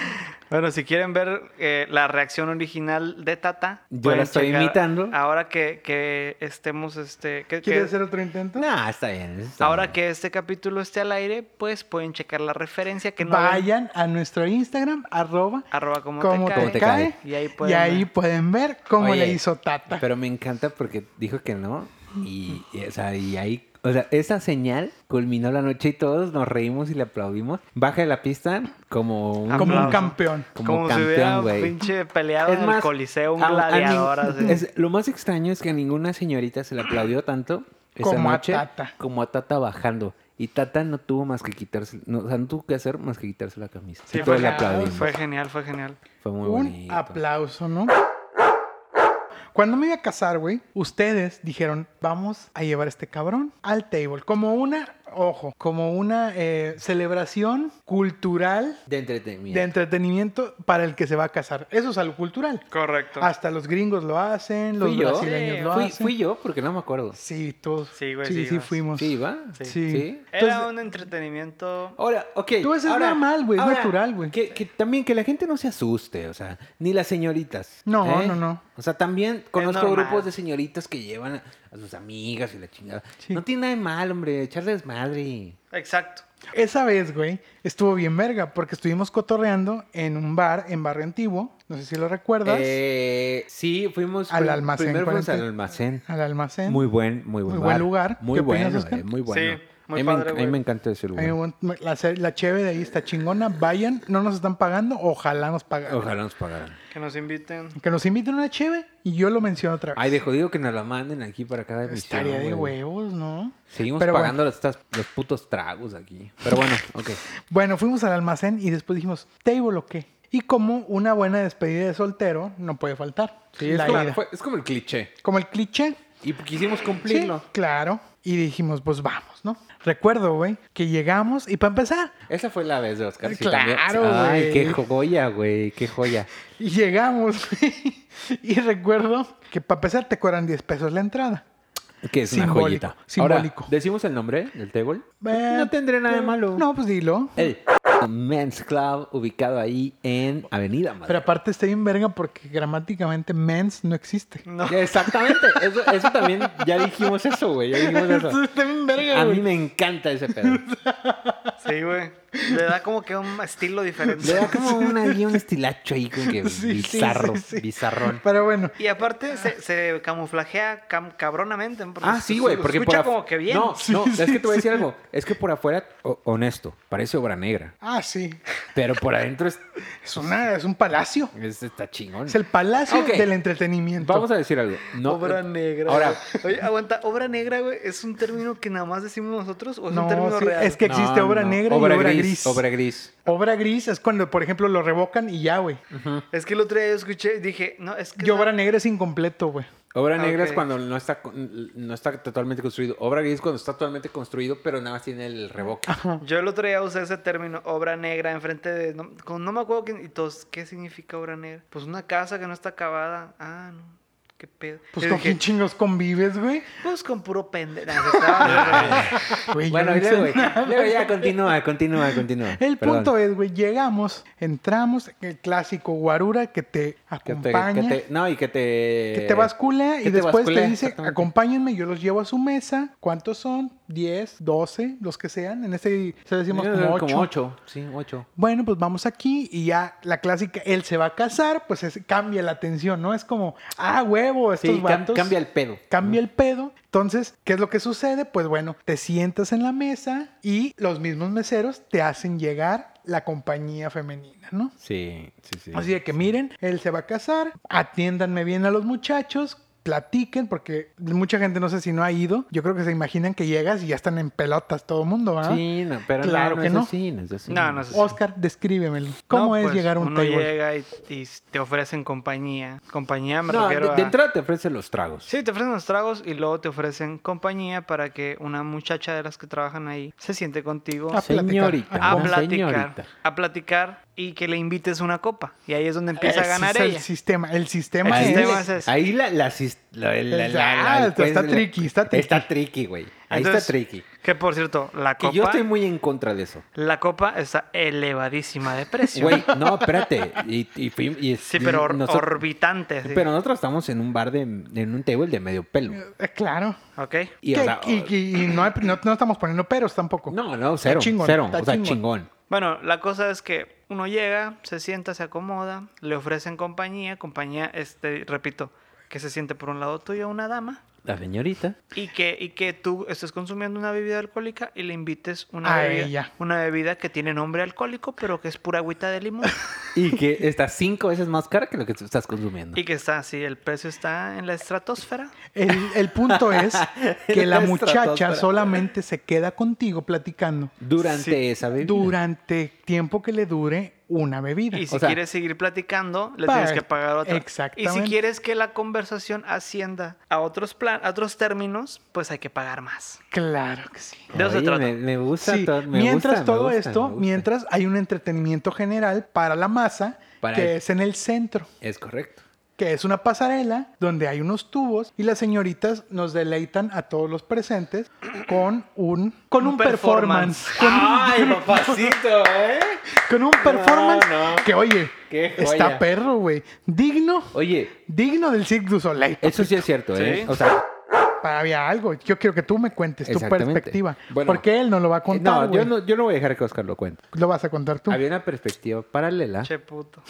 Speaker 2: Bueno, si quieren ver eh, la reacción original de Tata,
Speaker 6: Yo la
Speaker 2: pueden
Speaker 6: estoy
Speaker 2: checar
Speaker 6: imitando.
Speaker 2: Ahora que, que estemos, este, que- que-
Speaker 3: ¿Quieres hacer otro intento?
Speaker 6: Nah, está bien. está
Speaker 2: ahora
Speaker 6: bien.
Speaker 2: que este capítulo esté al aire, pues pueden checar la referencia que no ven.
Speaker 3: Vayan a nuestro Instagram, arroba,
Speaker 2: arroba como,
Speaker 3: cómo
Speaker 2: te,
Speaker 3: te,
Speaker 2: cae.
Speaker 6: te
Speaker 3: cae.
Speaker 2: Y ahí
Speaker 3: Y
Speaker 2: pueden
Speaker 3: ahí
Speaker 2: ver.
Speaker 3: pueden ver cómo
Speaker 6: Oye,
Speaker 3: le hizo Tata.
Speaker 6: Pero me encanta porque dijo que no. Y, y, o sea, y ahí. O sea, esa señal culminó la noche y todos nos reímos y le aplaudimos. Baja de la pista como un,
Speaker 3: Como un
Speaker 2: aplauso.
Speaker 3: campeón.
Speaker 6: como
Speaker 2: Como, si hubiera
Speaker 6: campeón, güey.
Speaker 2: pinche peleado en el coliseo, un
Speaker 6: a- a
Speaker 2: gladiador así.
Speaker 6: nin- es- lo más extraño es que a ninguna señorita se le aplaudió tanto esa
Speaker 3: Como a
Speaker 6: noche
Speaker 3: Tata.
Speaker 6: como a Tata bajando. Y Tata no tuvo más que quitarse, no, o sea, no tuvo que hacer más que quitarse la camisa.
Speaker 2: Sí,
Speaker 6: Todos
Speaker 2: fue
Speaker 6: le
Speaker 2: genial,
Speaker 6: aplaudimos.
Speaker 2: Fue genial, fue genial.
Speaker 6: Fue muy
Speaker 3: un
Speaker 6: bonito.
Speaker 3: aplauso, ¿no? Cuando me iba a casar, güey, ustedes dijeron, vamos a llevar a este cabrón al table. Como una, ojo, como una eh, celebración cultural
Speaker 6: De entretenimiento.
Speaker 3: de entretenimiento para el que se va a casar. Eso es algo cultural.
Speaker 2: Correcto.
Speaker 6: Ah,
Speaker 3: Hasta los gringos lo hacen, los
Speaker 6: ¿Fui yo?
Speaker 3: brasileños
Speaker 2: Sí,
Speaker 3: lo
Speaker 6: Fui,
Speaker 3: hacen.
Speaker 6: fui yo porque no me acuerdo.
Speaker 3: Sí, todos.
Speaker 2: Sí, güey,
Speaker 3: Sí,
Speaker 2: sí,
Speaker 3: sí,
Speaker 2: ibas.
Speaker 3: fuimos.
Speaker 6: Sí, ¿va?
Speaker 2: Sí.
Speaker 3: Sí.
Speaker 6: ¿Sí?
Speaker 2: Era un entretenimiento.
Speaker 6: Ahora, ok.
Speaker 3: Tú ves, es
Speaker 6: ahora-
Speaker 3: normal, güey, es
Speaker 6: ahora,
Speaker 3: natural, güey.
Speaker 6: Que, que también que la gente no se asuste, o sea, ni las señoritas. ¿eh?
Speaker 3: No, no, no.
Speaker 6: O sea, también conozco
Speaker 2: normal.
Speaker 6: grupos de señoritas que llevan a, a sus amigas y la chingada.
Speaker 3: Sí.
Speaker 6: No tiene nada de mal, hombre, echarle desmadre.
Speaker 2: Exacto.
Speaker 3: Esa vez, güey, estuvo bien verga porque estuvimos cotorreando en un bar en Barrio Antiguo. No sé si lo recuerdas.
Speaker 6: Eh, sí, fuimos
Speaker 3: Al
Speaker 6: prim-
Speaker 3: almacén,
Speaker 6: Primero fuimos al
Speaker 3: 40.
Speaker 6: almacén.
Speaker 3: al almacén.
Speaker 6: Muy buen, muy buen,
Speaker 3: Muy buen lugar.
Speaker 6: Muy
Speaker 3: ¿Qué opinas,
Speaker 6: bueno,
Speaker 3: Oscar?
Speaker 6: eh, muy bueno.
Speaker 2: Sí, muy
Speaker 6: a, mí me,
Speaker 2: padre,
Speaker 6: enc- a mí
Speaker 2: güey.
Speaker 6: me encanta ese
Speaker 3: Ahí me
Speaker 6: lugar.
Speaker 3: voy- me- La, ce- la cheve de ahí está chingona. Vayan, no nos están pagando. Ojalá nos pagaran.
Speaker 6: Ojalá nos pagaran.
Speaker 2: Que nos inviten.
Speaker 3: Que nos inviten una cheve y yo lo menciono otra vez.
Speaker 6: Ay, de jodido que nos la manden aquí para cada emisión.
Speaker 3: Estaría de
Speaker 6: güey.
Speaker 3: huevos, ¿no?
Speaker 6: Seguimos
Speaker 3: Pero
Speaker 6: pagando las- estas- los putos tragos aquí. Pero bueno, ok.
Speaker 3: Bueno, fuimos al almacén y después dijimos, ¿table o qué? Y como una buena despedida de soltero, no puede faltar.
Speaker 6: es,
Speaker 3: la
Speaker 6: como,
Speaker 3: ida.
Speaker 6: fue- es como el cliché.
Speaker 3: Como el cliché.
Speaker 6: Y quisimos
Speaker 3: Sí,
Speaker 6: cumplirlo.
Speaker 3: claro. Y dijimos, pues vamos, ¿no? Recuerdo, güey, que llegamos y para empezar,
Speaker 6: Esa fue la vez de Oscar. sí,
Speaker 3: Claro,
Speaker 6: también. Ay,
Speaker 3: güey.
Speaker 6: qué joya, güey. Qué joya.
Speaker 3: y llegamos, güey, y recuerdo que para empezar te cobran 10 pesos la entrada.
Speaker 6: Que es
Speaker 3: Simbólico,
Speaker 6: una joyita.
Speaker 3: simbólico.
Speaker 6: Ahora, ¿decimos el nombre del table?
Speaker 3: Eh,
Speaker 6: no tendré nada de malo.
Speaker 3: No, pues dilo.
Speaker 6: El Men's Club, ubicado ahí en Avenida Madrid.
Speaker 3: Pero aparte está bien verga porque gramáticamente mens no existe.
Speaker 2: No.
Speaker 6: Exactamente, eso, eso también, ya dijimos eso, güey, ya dijimos eso.
Speaker 3: Está bien verga,
Speaker 6: A mí
Speaker 3: güey.
Speaker 6: me encanta ese pedo.
Speaker 2: Sí, güey. Le da como que un estilo
Speaker 6: Le
Speaker 2: diferente.
Speaker 6: da como un, ahí un estilacho ahí, como que
Speaker 3: Sí, sí,
Speaker 6: bizarro,
Speaker 3: sí, sí.
Speaker 6: bizarrón.
Speaker 3: Pero bueno,
Speaker 2: Y aparte se, se camuflajea cam- cabronamente. ¿no? Porque
Speaker 3: pues,
Speaker 6: Ah, sí, güey,
Speaker 2: se
Speaker 6: porque
Speaker 2: escucha
Speaker 6: af-
Speaker 2: como que bien.
Speaker 6: No,
Speaker 3: Sí,
Speaker 6: no,
Speaker 3: sí,
Speaker 6: es que te voy a decir algo. Es que por afuera, o- honesto, parece obra negra.
Speaker 3: ah, sí.
Speaker 6: Pero por adentro es,
Speaker 3: Es, una, es un palacio.
Speaker 6: es- está chingón.
Speaker 3: Es el palacio
Speaker 6: Ok.
Speaker 3: del entretenimiento.
Speaker 6: Vamos a decir algo. No, eh,
Speaker 2: obra negra.
Speaker 6: Ahora,
Speaker 2: güey. Oye, aguanta, obra negra, güey, ¿es un término que nada más decimos nosotros o es
Speaker 3: No,
Speaker 2: un término
Speaker 3: sí,
Speaker 2: real?
Speaker 3: es que existe
Speaker 6: no,
Speaker 3: obra
Speaker 6: no.
Speaker 3: negra y obra gris.
Speaker 6: Obra gris.
Speaker 3: Obra gris es cuando, por ejemplo, lo revocan y ya, güey.
Speaker 2: Es que el otro día yo escuché y dije, no, es que.
Speaker 3: Y obra
Speaker 2: la-
Speaker 3: negra es incompleto, güey.
Speaker 6: Obra
Speaker 2: Ah,
Speaker 6: negra
Speaker 2: ok.
Speaker 6: es cuando no está, con- no está totalmente construido. Obra gris es cuando está totalmente construido, pero nada más tiene el revoque.
Speaker 2: Yo el otro día usé ese término, obra negra, enfrente de. No, con- no me acuerdo quién. Y todos, ¿qué significa obra negra? Pues una casa que no está acabada. Ah, no. ¿Qué pedo?
Speaker 3: Pues
Speaker 2: Yo
Speaker 3: con
Speaker 2: dije,
Speaker 3: quién chingos convives, güey.
Speaker 2: Pues con puro pendejo. Estaba-
Speaker 3: Güey, yo
Speaker 6: Bueno,
Speaker 3: no
Speaker 6: y
Speaker 3: sé
Speaker 6: luego, güey,
Speaker 3: nada.
Speaker 6: luego ya continúa, continúa, continúa.
Speaker 3: El
Speaker 6: Perdón.
Speaker 3: punto es, güey, llegamos, entramos, el clásico guarura que te
Speaker 6: que te,
Speaker 3: acompaña,
Speaker 6: que te- no, y que te...
Speaker 3: que te bascula
Speaker 6: Eh, que
Speaker 3: y después te,
Speaker 6: bascula,
Speaker 3: dice,
Speaker 6: exactamente.
Speaker 3: acompáñenme, yo los llevo a su mesa. ¿Cuántos son? ¿10, 12, los que sean? En este se decimos como 8.
Speaker 6: Como ocho, sí, ocho.
Speaker 3: Bueno, pues vamos aquí y ya la clásica, él se va a casar, pues es- cambia la atención, ¿no? Es como, ah, huevo, estos
Speaker 6: Sí, cam-
Speaker 3: vatos.
Speaker 6: cambia el pedo.
Speaker 3: Cambia el pedo. Entonces, ¿qué es lo que sucede? Pues bueno, te sientas en la mesa y los mismos meseros te hacen llegar la compañía femenina, ¿no?
Speaker 6: Sí, sí, sí.
Speaker 3: Así de que miren, él se va a casar, atiéndanme bien a los muchachos, platiquen, porque mucha gente no sé si no ha ido. Yo creo que se imaginan que llegas y ya están en pelotas todo el mundo, ¿verdad?
Speaker 6: Sí, no, pero
Speaker 3: Claro
Speaker 6: no, no
Speaker 3: que
Speaker 6: es
Speaker 3: no.
Speaker 6: así, no es así.
Speaker 2: No, no es así.
Speaker 3: Oscar, descríbemelo. ¿Cómo
Speaker 2: No,
Speaker 3: es
Speaker 2: pues,
Speaker 3: llegar a un
Speaker 2: uno
Speaker 3: table?
Speaker 2: llega y, y te ofrecen compañía. Compañía me
Speaker 6: No, de,
Speaker 2: refiero a...
Speaker 6: de entrada te ofrece los tragos.
Speaker 2: Sí, te ofrecen los tragos y luego te ofrecen compañía para que una muchacha de las que trabajan ahí se siente contigo
Speaker 3: A platicar.
Speaker 6: Señorita,
Speaker 3: Ah,
Speaker 2: a
Speaker 6: una
Speaker 2: platicar,
Speaker 6: señorita.
Speaker 2: a platicar y que le invites una copa. Y ahí es donde empieza a
Speaker 3: Ese
Speaker 2: ganar
Speaker 3: es el
Speaker 2: ella.
Speaker 3: sistema. El sistema
Speaker 2: El
Speaker 3: es.
Speaker 2: sistema es ese.
Speaker 6: Ahí la, la, sis- la- la- la- la- pues,
Speaker 3: Ah,
Speaker 6: la-
Speaker 3: está tricky, está tricky.
Speaker 6: Está tricky, güey. Ahí
Speaker 2: Entonces,
Speaker 6: está tricky.
Speaker 2: Que por cierto, la
Speaker 6: Que
Speaker 2: copa,
Speaker 6: yo estoy muy en contra de eso.
Speaker 2: la copa está elevadísima de precio.
Speaker 6: Güey, no, espérate. Y, y fui- y-
Speaker 2: sí,
Speaker 6: y
Speaker 2: pero or-
Speaker 6: nosotros-
Speaker 2: orbitante. sí.
Speaker 6: Pero nosotros estamos en un bar de... En un table de medio pelo.
Speaker 3: Eh, Claro.
Speaker 2: Ok.
Speaker 6: Y,
Speaker 3: Que-
Speaker 6: o sea,
Speaker 3: y- y- y no, hay- no- no estamos poniendo peros tampoco.
Speaker 6: No, no,
Speaker 3: Está
Speaker 6: cero.
Speaker 3: chingón,
Speaker 6: cero.
Speaker 3: está
Speaker 6: o sea,
Speaker 3: chingón.
Speaker 6: chingón.
Speaker 2: Bueno, la cosa es que uno llega, se sienta, se acomoda, le ofrecen compañía, compañía, este, repito, que se siente por un lado tuyo una dama
Speaker 6: La señorita.
Speaker 2: y que, y que tú estés consumiendo una bebida alcohólica y le invites una,
Speaker 3: A
Speaker 2: bebida,
Speaker 3: ella.
Speaker 2: una bebida que tiene nombre alcohólico, pero que es pura agüita de limón
Speaker 6: Y que está cinco veces más cara que lo que tú estás consumiendo.
Speaker 2: y que está así, el precio está en la estratosfera.
Speaker 3: El, el punto es que la
Speaker 6: La
Speaker 3: muchacha
Speaker 6: estratosfera.
Speaker 3: solamente se queda contigo platicando
Speaker 6: Durante
Speaker 2: Sí.
Speaker 6: esa bebida.
Speaker 3: durante tiempo que le dure una bebida.
Speaker 2: Y si
Speaker 6: sea,
Speaker 2: quieres seguir platicando, le
Speaker 3: paga-
Speaker 2: tienes que pagar otra. Y
Speaker 3: Exactamente.
Speaker 2: si quieres que la conversación ascienda a otros plan, a otros términos, pues hay que pagar más.
Speaker 3: Claro que sí.
Speaker 2: De eso se
Speaker 6: Oye,
Speaker 2: trata.
Speaker 6: me, me gusta
Speaker 3: Sí,
Speaker 6: todo. me
Speaker 3: mientras
Speaker 6: gusta, me
Speaker 3: todo
Speaker 6: gusta,
Speaker 3: esto,
Speaker 6: me gusta.
Speaker 3: mientras hay un entretenimiento general para la masa,
Speaker 6: Para
Speaker 3: que
Speaker 6: el-
Speaker 3: es en el centro.
Speaker 6: Es correcto.
Speaker 3: que es una pasarela donde hay unos tubos y las señoritas nos deleitan a todos los presentes con un con un,
Speaker 2: Un
Speaker 3: performance,
Speaker 2: performance.
Speaker 6: ¡Ay, papacito, eh!
Speaker 3: con un performance
Speaker 6: no.
Speaker 3: que oye,
Speaker 6: Qué
Speaker 3: está
Speaker 6: joya.
Speaker 3: perro, güey, digno,
Speaker 6: Oye,
Speaker 3: digno del Cirque du Soleil.
Speaker 6: eso sí es cierto, ¿eh?
Speaker 2: Sí.
Speaker 6: O sea,
Speaker 3: Para había algo, yo quiero que tú me cuentes tu
Speaker 6: Exactamente.
Speaker 3: perspectiva,
Speaker 6: Bueno. eh,
Speaker 3: porque él no lo va a contar,
Speaker 6: no,
Speaker 3: güey.
Speaker 6: yo no, yo no voy a dejar que Oscar lo cuente.
Speaker 3: Lo vas a contar tú.
Speaker 6: Había una perspectiva paralela
Speaker 2: Che puto.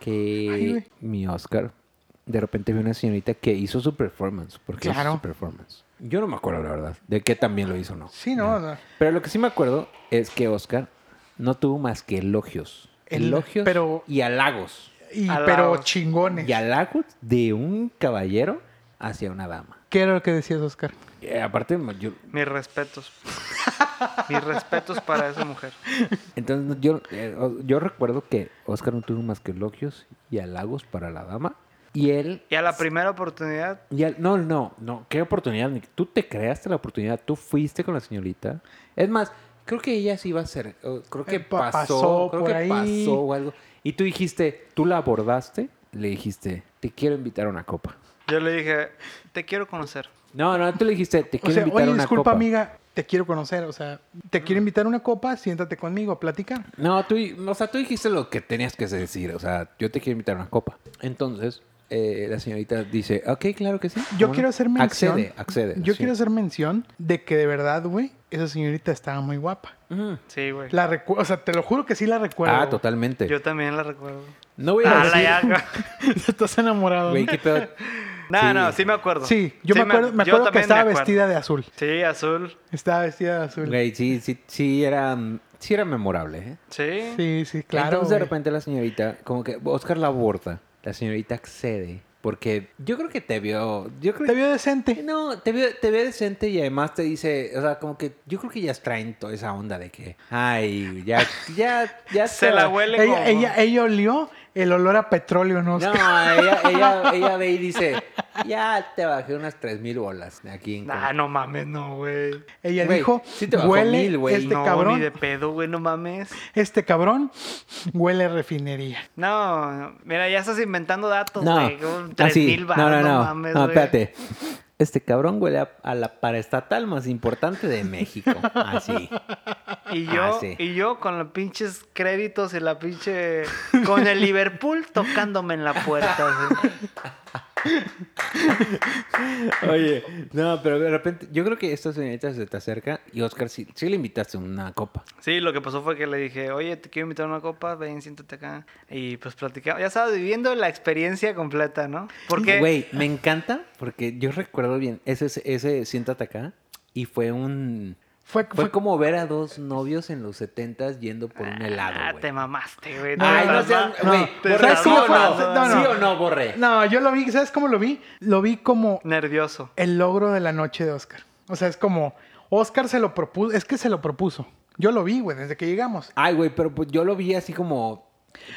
Speaker 6: que
Speaker 3: Ay, güey.
Speaker 6: mi Oscar de repente vio una señorita que hizo su performance. Porque hizo
Speaker 3: Claro.
Speaker 6: su performance. Yo no me acuerdo, la verdad, de que también lo hizo o no.
Speaker 3: Sí, no, no.
Speaker 6: Pero lo que sí me acuerdo es que Oscar no tuvo más que elogios.
Speaker 3: El-
Speaker 6: Elogios
Speaker 3: pero-
Speaker 6: y halagos.
Speaker 3: Y,
Speaker 2: Alabos.
Speaker 3: pero chingones.
Speaker 6: Y halagos de un caballero hacia una dama.
Speaker 3: ¿Qué era lo que decías, Oscar?
Speaker 6: Eh, aparte, yo,
Speaker 2: Mis respetos. Mis respetos para esa mujer.
Speaker 6: entonces no, yo, eh, o- yo recuerdo que Oscar no tuvo más que elogios y halagos para la dama. Y él...
Speaker 2: Y a la primera oportunidad,
Speaker 6: y él- no, no, no. ¿Qué oportunidad? Nick? Tú te creaste la oportunidad. Tú fuiste con la señorita. Es más, creo que ella sí iba a ser... o Creo que
Speaker 3: Eh, pa-
Speaker 6: pasó.
Speaker 3: pasó
Speaker 6: creo
Speaker 3: por
Speaker 6: que
Speaker 3: ahí.
Speaker 6: pasó o algo. Y tú dijiste... Tú la abordaste. Le dijiste... Te quiero invitar a una copa.
Speaker 2: yo le dije, te quiero conocer.
Speaker 6: No, no, tú le dijiste... Te
Speaker 3: O
Speaker 6: quiero
Speaker 3: sea,
Speaker 6: invitar
Speaker 3: oye,
Speaker 6: a una
Speaker 3: disculpa,
Speaker 6: copa. Mm.
Speaker 3: amiga, te quiero conocer, o sea, te quiero invitar a una copa, siéntate conmigo a platicar.
Speaker 6: No, tú, di- o sea, tú dijiste lo que tenías que decir. O sea, yo te quiero invitar a una copa. Entonces, eh, la señorita dice, ok, claro que sí.
Speaker 3: Yo
Speaker 6: ¿Cómo
Speaker 3: quiero
Speaker 6: no?
Speaker 3: hacer mención.
Speaker 6: Accede, accede.
Speaker 3: Yo
Speaker 6: sí.
Speaker 3: quiero hacer mención de que de verdad, güey, esa señorita estaba muy guapa.
Speaker 6: Ujú.
Speaker 2: Sí, güey.
Speaker 3: La recu- o sea, te lo juro que sí la recuerdo.
Speaker 6: Ah,
Speaker 3: güey.
Speaker 6: totalmente.
Speaker 2: Yo también la recuerdo.
Speaker 6: No voy a
Speaker 2: Ah, la
Speaker 6: decir...
Speaker 2: llaga.
Speaker 3: Estás enamorado.
Speaker 6: Güey,
Speaker 3: ¿no?
Speaker 6: qué pedo.
Speaker 2: No,
Speaker 6: Sí.
Speaker 2: no, sí me acuerdo.
Speaker 3: Sí, yo
Speaker 2: Sí
Speaker 3: me acuerdo, me
Speaker 2: yo
Speaker 3: acuerdo que
Speaker 2: también
Speaker 3: estaba
Speaker 2: me acuerdo.
Speaker 3: vestida de azul.
Speaker 2: Sí, azul.
Speaker 3: Estaba vestida de azul.
Speaker 6: Güey, sí, sí, sí era, mm, sí era memorable, ¿eh?
Speaker 2: Sí.
Speaker 3: Sí, sí, claro.
Speaker 6: Entonces de
Speaker 3: güey.
Speaker 6: repente la señorita, como que Oscar la aborda, la señorita accede, porque yo creo que te vio, yo creo
Speaker 3: Te vio decente.
Speaker 6: No, te veo, te veo decente y además te dice, o sea, como que yo creo que ya traen toda esa onda de que, ay, ya, ya, ya
Speaker 2: Se la huele como...
Speaker 3: Ella, ella, ella olió el olor a petróleo, ¿no?
Speaker 6: No, ella, ella, ella ve y dice, ya te bajé unas 3000 bolas de aquí en
Speaker 2: Ah, no mames, no, güey.
Speaker 3: Ella
Speaker 6: Güey,
Speaker 3: dijo,
Speaker 6: sí te bajó
Speaker 3: huele
Speaker 6: mil, güey.
Speaker 3: este
Speaker 2: no,
Speaker 3: cabrón,
Speaker 2: ni de pedo, güey, no mames.
Speaker 3: este cabrón huele a refinería.
Speaker 2: No, no, mira, ya estás inventando datos,
Speaker 6: No,
Speaker 2: güey. como
Speaker 6: así,
Speaker 2: 3000
Speaker 6: no, no,
Speaker 2: baros, no,
Speaker 6: no,
Speaker 2: mames,
Speaker 6: no,
Speaker 2: güey.
Speaker 6: espérate. Este cabrón huele a, a la paraestatal más importante de México, Ah, así.
Speaker 2: Y
Speaker 6: Ah,
Speaker 2: yo,
Speaker 6: sí.
Speaker 2: y yo con los pinches créditos y la pinche... Con el Liverpool tocándome en la puerta, güey.
Speaker 6: Oye, no, pero de repente, yo creo que esta señorita se te acerca y Oscar sí, sí le invitaste una copa.
Speaker 2: Sí, lo que pasó fue que le dije, oye, te quiero invitar a una copa, ven, siéntate acá. Y pues platicamos. Ya sabes, viviendo la experiencia completa, ¿no? Porque...
Speaker 6: Güey, me encanta porque yo recuerdo bien ese, ese Siéntate acá y fue un...
Speaker 3: Fue,
Speaker 6: Fue
Speaker 3: fue-
Speaker 6: como ver a dos novios en los setentas yendo por un
Speaker 2: Ah,
Speaker 6: helado,
Speaker 2: te
Speaker 6: güey.
Speaker 2: mamaste, güey.
Speaker 6: Ay, no
Speaker 2: estás
Speaker 6: seas...
Speaker 2: ma-
Speaker 6: Güey,
Speaker 2: te
Speaker 6: borré,
Speaker 2: estás
Speaker 6: ¿sí o no?
Speaker 2: mamando.
Speaker 3: No, no.
Speaker 6: ¿Sí o no, borré?
Speaker 3: No, yo lo vi, ¿sabes cómo lo vi? Lo vi como
Speaker 2: Nervioso.
Speaker 3: el logro de la noche de Oscar. O sea, es como, Oscar se lo propuso, es que se lo propuso. Yo lo vi, güey, desde que llegamos.
Speaker 6: Ay, güey, pero pues yo lo vi así como...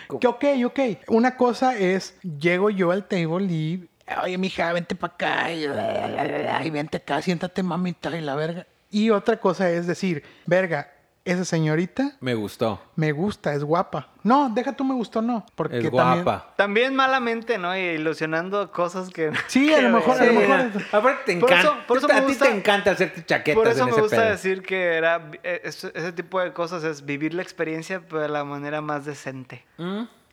Speaker 6: co-
Speaker 3: Que ok, ok. Una cosa es, llego yo al table y, oye, mija, vente para acá, y, la, la, la, la, y vente acá, siéntate, mamita, y la verga. Y otra cosa es decir, verga, esa señorita
Speaker 6: Me gustó.
Speaker 3: me gusta, es guapa. No, deja tú me gustó, no. Porque
Speaker 6: Es
Speaker 3: también-
Speaker 6: guapa.
Speaker 2: También malamente, ¿no? Y ilusionando cosas que...
Speaker 3: Sí, a lo
Speaker 2: que,
Speaker 3: mejor,
Speaker 2: güey,
Speaker 3: a lo
Speaker 2: sí.
Speaker 3: mejor-
Speaker 6: mira, aparte te
Speaker 2: Por
Speaker 6: encanta.
Speaker 2: eso- por eso me
Speaker 6: a ti
Speaker 2: gusta-
Speaker 6: te encanta hacerte chaquetas
Speaker 2: Por eso
Speaker 6: en
Speaker 2: me
Speaker 6: ese
Speaker 2: gusta
Speaker 6: pedo.
Speaker 2: decir que era... eh, es- ese tipo de cosas es vivir la experiencia pero de la manera más decente.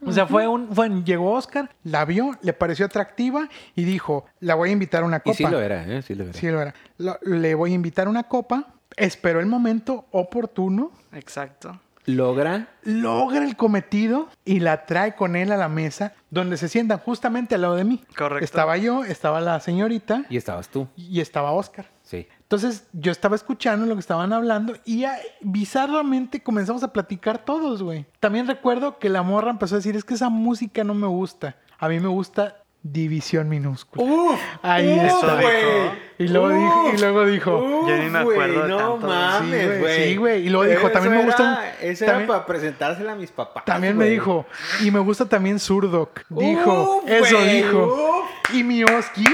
Speaker 3: O sea, fue un, fue, llegó Oscar, la vio, le pareció atractiva y dijo, la voy a invitar a una
Speaker 6: Y
Speaker 3: copa.
Speaker 6: sí lo era, ¿eh? Sí lo era.
Speaker 3: Sí lo era. Lo- le voy a invitar a una copa, esperó el momento oportuno,
Speaker 2: Exacto.
Speaker 6: Logra
Speaker 3: logra el cometido y la trae con él a la mesa donde se sientan justamente al lado de mí.
Speaker 2: Correcto.
Speaker 3: Estaba yo, estaba la señorita
Speaker 6: y estabas tú.
Speaker 3: y estaba Oscar.
Speaker 6: Sí.
Speaker 3: Entonces yo estaba escuchando lo que estaban hablando y ah, bizarramente comenzamos a platicar todos, güey. También recuerdo que la morra empezó a decir, es que esa música no me gusta. A mí me gusta división minúscula.
Speaker 6: ¡Uf!
Speaker 3: Ahí está.
Speaker 2: güey.
Speaker 3: Y luego dijo, y luego dijo,
Speaker 2: Yo ni me
Speaker 6: Uf,
Speaker 2: acuerdo
Speaker 6: güey,
Speaker 2: de
Speaker 6: No
Speaker 2: tanto de eso.
Speaker 3: Sí,
Speaker 6: mames,
Speaker 3: güey,
Speaker 6: güey.
Speaker 3: sí, güey. Y luego dijo,
Speaker 6: Eso
Speaker 3: también me
Speaker 6: era-
Speaker 3: gustan-
Speaker 6: Eso
Speaker 3: también-
Speaker 6: era para presentársela a mis papás.
Speaker 3: También me
Speaker 6: güey.
Speaker 3: dijo, y me gusta también Zurdok. Dijo,
Speaker 6: Uf,
Speaker 3: eso
Speaker 6: güey,
Speaker 3: dijo. Y mi Oski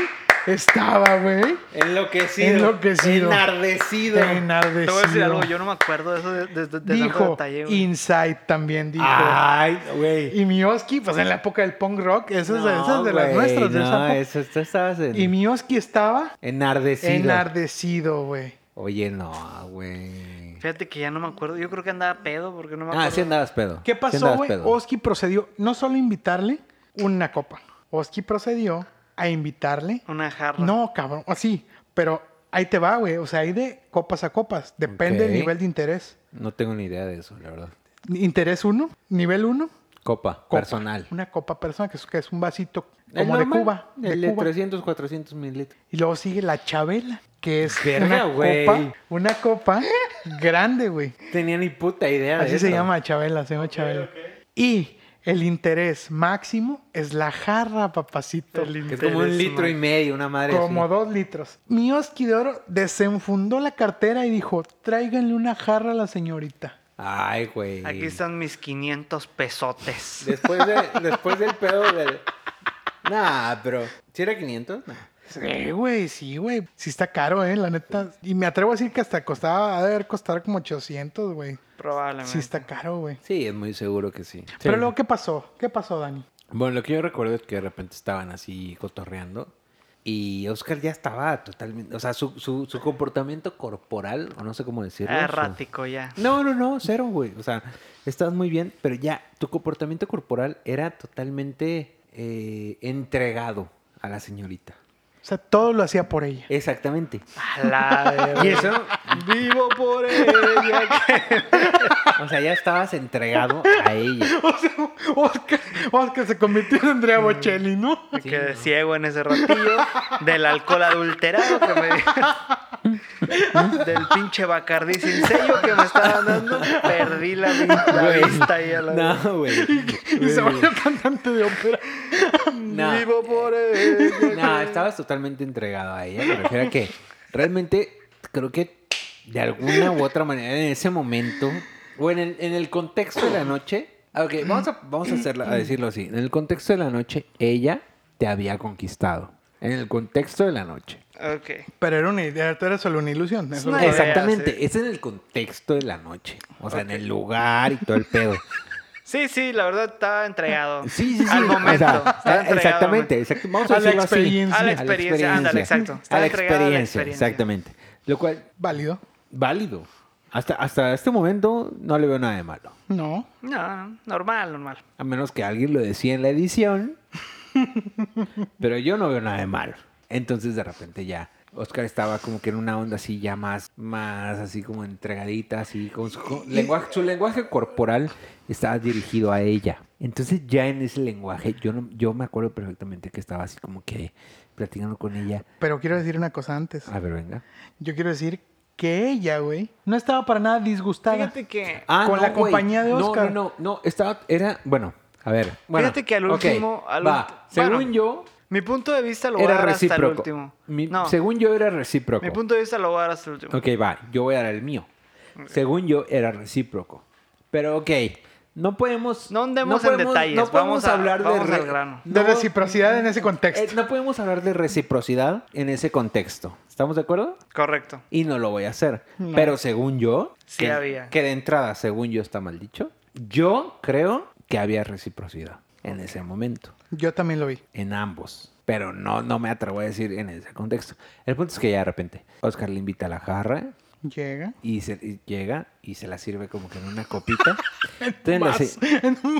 Speaker 3: estaba, güey.
Speaker 6: Enloquecido.
Speaker 3: Enloquecido.
Speaker 6: Enardecido.
Speaker 2: Te voy a decir
Speaker 3: Enardecido.
Speaker 2: algo, yo no me acuerdo de eso de, de- de- de tanto
Speaker 3: Dijo,
Speaker 2: detalle, güey. Ah,
Speaker 3: Inside también dijo.
Speaker 6: Ay, güey.
Speaker 3: Y Mioski, pues en la época del punk rock, esa es,
Speaker 6: No,
Speaker 3: esa es de las
Speaker 6: güey,
Speaker 3: nuestras. de
Speaker 6: No,
Speaker 3: esa época.
Speaker 6: eso, tú estabas en-
Speaker 3: Y Mioski estaba
Speaker 6: enardecido.
Speaker 3: enardecido, güey.
Speaker 6: Oye, no, güey.
Speaker 2: Fíjate que ya no me acuerdo. Yo creo que andaba pedo porque no me acuerdo.
Speaker 6: Ah, sí andabas pedo.
Speaker 3: ¿Qué
Speaker 6: Sí
Speaker 3: pasó,
Speaker 6: andabas
Speaker 3: güey?
Speaker 6: pedo.
Speaker 3: Oski procedió no solo a invitarle una copa. Oski procedió a invitarle
Speaker 2: Una jarra.
Speaker 3: No, cabrón, así, pero ahí te va, güey, o sea, ahí de copas a copas, depende
Speaker 6: Ok.
Speaker 3: del nivel de interés.
Speaker 6: No tengo ni idea de eso, la verdad.
Speaker 3: Interés 1, nivel 1,
Speaker 6: Copa, personal.
Speaker 3: Una copa personal que es, que es un vasito
Speaker 6: El
Speaker 3: como de
Speaker 6: normal,
Speaker 3: Cuba, de
Speaker 6: El de
Speaker 3: Cuba.
Speaker 6: 300, 400 mililitros.
Speaker 3: Y luego sigue la Chabela, que es
Speaker 6: Verga,
Speaker 3: una
Speaker 6: güey.
Speaker 3: copa, una copa grande, güey.
Speaker 6: Tenía ni puta idea de
Speaker 3: Así se
Speaker 6: eso.
Speaker 3: llama Chabela, se llama Chabela. Y el interés máximo es la jarra, papacito.
Speaker 6: Que es como un litro y medio, una madre
Speaker 3: Como
Speaker 6: así.
Speaker 3: dos litros. Mi Oski de Oro desenfundó la cartera y dijo, tráiganle una jarra a la señorita.
Speaker 6: Ay, güey.
Speaker 2: Aquí están mis 500 pesotes.
Speaker 6: Después, de- después del pedo del... Nah, pero... ¿Si era 500? Nah.
Speaker 3: Sí, güey, sí, güey. Sí está caro, eh, la neta. Y me atrevo a decir que hasta costaba, ha de haber costado como 800, güey.
Speaker 2: Probablemente.
Speaker 3: Sí está caro, güey.
Speaker 6: Sí, es muy seguro que sí.
Speaker 3: Pero
Speaker 6: Sí.
Speaker 3: luego, ¿qué pasó? ¿Qué pasó, Dani?
Speaker 6: Bueno, lo que yo recuerdo es que de repente estaban así cotorreando. Y Oscar ya estaba totalmente. O sea, su, su, su comportamiento corporal, o no sé cómo decirlo.
Speaker 2: Ah,
Speaker 6: su-
Speaker 2: errático ya.
Speaker 6: No, no, no, cero, güey. O sea, estás muy bien, pero ya, tu comportamiento corporal era totalmente eh, entregado a la señorita.
Speaker 3: O sea, todo lo hacía por ella.
Speaker 6: Exactamente.
Speaker 2: A la verga.
Speaker 6: Y eso,
Speaker 2: Vivo por ella.
Speaker 6: o sea, ya estabas entregado a ella.
Speaker 3: O sea, Oscar, Oscar se convirtió en Andrea Bocelli, ¿no?
Speaker 2: Me
Speaker 6: Sí,
Speaker 2: quedé
Speaker 6: no.
Speaker 2: ciego en ese ratillo del alcohol adulterado que me del pinche Bacardí sin sello que me estaba dando. Perdí la, vi- la
Speaker 6: Güey.
Speaker 2: vista ahí a la
Speaker 6: No, güey.
Speaker 3: Y se volvió cantante de ópera.
Speaker 6: No.
Speaker 2: Vivo por ella.
Speaker 6: No, estabas totalmente entregado a ella. Me refiero a que realmente creo que de alguna u otra manera en ese momento o en el, en el contexto de la noche. ah, Ok, vamos a, vamos a, hacerla- a decirlo así. En el contexto de la noche, ella te había conquistado. En el contexto de la noche.
Speaker 2: Ok.
Speaker 3: Pero era una idea, era solo una ilusión.
Speaker 2: Es
Speaker 3: eso
Speaker 2: una
Speaker 3: lo-
Speaker 2: idea,
Speaker 6: Exactamente,
Speaker 2: sí.
Speaker 6: es en el contexto de la noche. O sea, en el lugar y todo el pedo.
Speaker 2: Sí, sí, la verdad estaba entregado.
Speaker 6: Sí, sí,
Speaker 2: Al
Speaker 6: sí. o sea, eh,
Speaker 2: momento. estaba entregado al
Speaker 6: exactamente,
Speaker 2: momento.
Speaker 6: exact- Vamos a,
Speaker 3: A la
Speaker 6: decirlo así.
Speaker 3: experiencia.
Speaker 2: A la experiencia, ándale, exacto.
Speaker 6: A
Speaker 2: Estaba
Speaker 6: la
Speaker 2: entregado a la
Speaker 6: experiencia,
Speaker 2: experiencia.
Speaker 6: exactamente. Lo cual
Speaker 3: Válido.
Speaker 6: válido. Hasta, hasta este momento no le veo nada de malo.
Speaker 3: No.
Speaker 2: No, no, normal, normal.
Speaker 6: A menos que alguien lo decía en la edición. pero yo no veo nada de malo. Entonces de repente ya. Oscar estaba como que en una onda así ya más, más así como entregadita, así con su con- lenguaje, su lenguaje corporal estaba dirigido a ella. Entonces ya en ese lenguaje, yo no, yo me acuerdo perfectamente que estaba así como que platicando con ella.
Speaker 3: Pero quiero decir una cosa antes.
Speaker 6: A ver, venga.
Speaker 3: Yo quiero decir que ella, güey, no estaba para nada disgustada.
Speaker 2: Fíjate que.
Speaker 3: Con la
Speaker 6: Ah, güey.
Speaker 3: compañía de Oscar.
Speaker 6: No, no, no, no, estaba, era, bueno, a ver. bueno,
Speaker 2: Fíjate que al
Speaker 6: ok,
Speaker 2: último- al
Speaker 6: va,
Speaker 2: ulti-
Speaker 6: según
Speaker 2: bueno,
Speaker 6: yo,
Speaker 2: Mi punto de vista lo voy a
Speaker 6: era
Speaker 2: dar hasta el
Speaker 6: recíproco.
Speaker 2: último.
Speaker 6: Mi-
Speaker 2: no,
Speaker 6: Según yo, era recíproco.
Speaker 2: mi punto de vista lo voy a dar hasta el último.
Speaker 6: Ok, va, yo voy a dar el mío. Según yo, era recíproco. Pero, ok, no podemos...
Speaker 2: No andemos en detalles,
Speaker 6: No
Speaker 2: vamos
Speaker 6: podemos
Speaker 2: a-
Speaker 6: hablar
Speaker 2: vamos
Speaker 6: de...
Speaker 2: al grano.
Speaker 3: De
Speaker 6: no-
Speaker 3: reciprocidad en ese
Speaker 6: eh,
Speaker 3: contexto.
Speaker 6: no podemos hablar de reciprocidad en ese contexto. ¿Estamos de acuerdo?
Speaker 2: Correcto.
Speaker 6: y no lo voy a hacer.
Speaker 3: No.
Speaker 6: Pero según yo,
Speaker 2: Sí
Speaker 6: que,
Speaker 2: había.
Speaker 6: que de entrada, según yo está mal dicho, yo creo que había reciprocidad en ese momento,
Speaker 3: Yo también lo vi.
Speaker 6: en ambos. Pero no, no me atrevo a decir en ese contexto. El punto es que ya de repente, Oscar le invita a la jarra
Speaker 3: Llega.
Speaker 6: y, se, y llega y se la sirve como que en una copita. Entonces, le
Speaker 3: Vas.
Speaker 6: hace-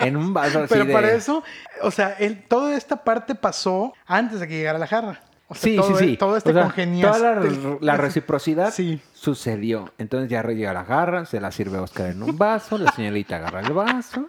Speaker 6: en un vaso así
Speaker 3: Pero
Speaker 6: de-
Speaker 3: para eso, o sea, él, toda esta parte pasó antes de que llegara la jarra. O sea,
Speaker 6: sí,
Speaker 3: todo,
Speaker 6: sí, sí.
Speaker 3: Todo este
Speaker 6: O sea,
Speaker 3: congenio.
Speaker 6: Toda la, la reciprocidad
Speaker 3: Sí.
Speaker 6: sucedió. Entonces ya llega la garra, se la sirve a Oscar en un vaso, la señorita agarra el vaso.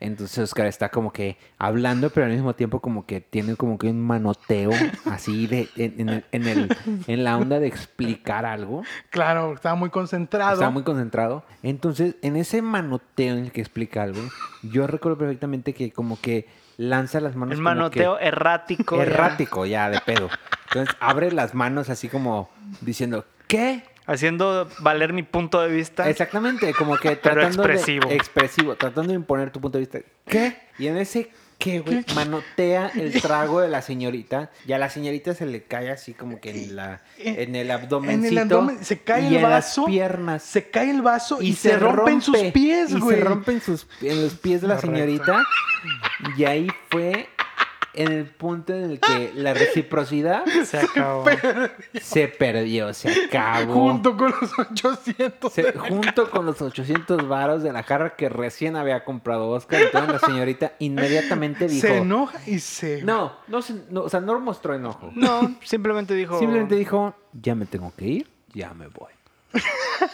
Speaker 6: Entonces Oscar está como que hablando, pero al mismo tiempo como que tiene como que un manoteo así de, en, en el- en el- en la onda de explicar algo.
Speaker 3: Claro, estaba muy concentrado.
Speaker 6: Está muy concentrado. Entonces, en ese manoteo en el que explica algo, yo recuerdo perfectamente que como que lanza las manos.
Speaker 2: El
Speaker 6: como que-
Speaker 2: manoteo errático. ya.
Speaker 6: errático ya de pedo. Entonces abre las manos así como diciendo, ¿qué?
Speaker 2: Haciendo valer mi punto de vista.
Speaker 6: Exactamente, como que
Speaker 2: Pero
Speaker 6: tratando
Speaker 2: expresivo.
Speaker 6: de expresivo, tratando de imponer tu punto de vista. ¿Qué? Y en ese qué, güey, manotea el trago de la señorita y a la señorita se le cae así como que en la en el abdomencito.
Speaker 3: abdomen, se cae
Speaker 6: y
Speaker 3: el
Speaker 6: en las
Speaker 3: vaso,
Speaker 6: piernas.
Speaker 3: Se cae el vaso y, se, rompen sus
Speaker 6: rompe,
Speaker 3: pies,
Speaker 6: y
Speaker 3: güey.
Speaker 6: Se rompen sus, en los pies de la
Speaker 3: Correcto.
Speaker 6: señorita. Y ahí fue en el punto en el que la reciprocidad
Speaker 2: Se acabó.
Speaker 6: se perdió, se acabó.
Speaker 3: Junto con los 800.
Speaker 6: Se- junto con los 800 varos de la jarra que recién había comprado Oscar. Entonces la señorita inmediatamente dijo...
Speaker 3: se enoja y se.
Speaker 6: No, no, se- no, o sea, no mostró enojo.
Speaker 2: No, simplemente dijo.
Speaker 6: Simplemente dijo, ya me tengo que ir, ya me voy.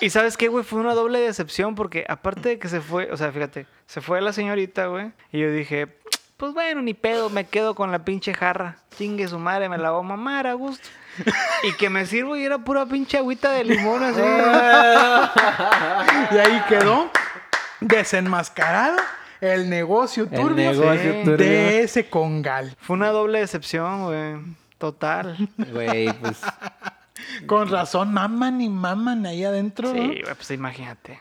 Speaker 2: Y sabes qué, güey, fue una doble decepción porque aparte de que se fue, o sea, fíjate, se fue la señorita, güey, y yo dije, pues bueno, ni pedo, me quedo con la pinche jarra. Chingue su madre, me la voy a mamar a gusto. Y que me sirvo y era pura pinche agüita de limón así.
Speaker 3: Y ahí quedó desenmascarado el negocio
Speaker 6: El
Speaker 3: turbio,
Speaker 6: negocio
Speaker 3: de-
Speaker 6: turbio.
Speaker 3: de ese congal.
Speaker 2: Fue una doble decepción, güey. Total.
Speaker 6: Güey, pues...
Speaker 3: Con razón, maman y maman ahí adentro.
Speaker 2: Sí,
Speaker 3: ¿no?
Speaker 2: güey, pues imagínate.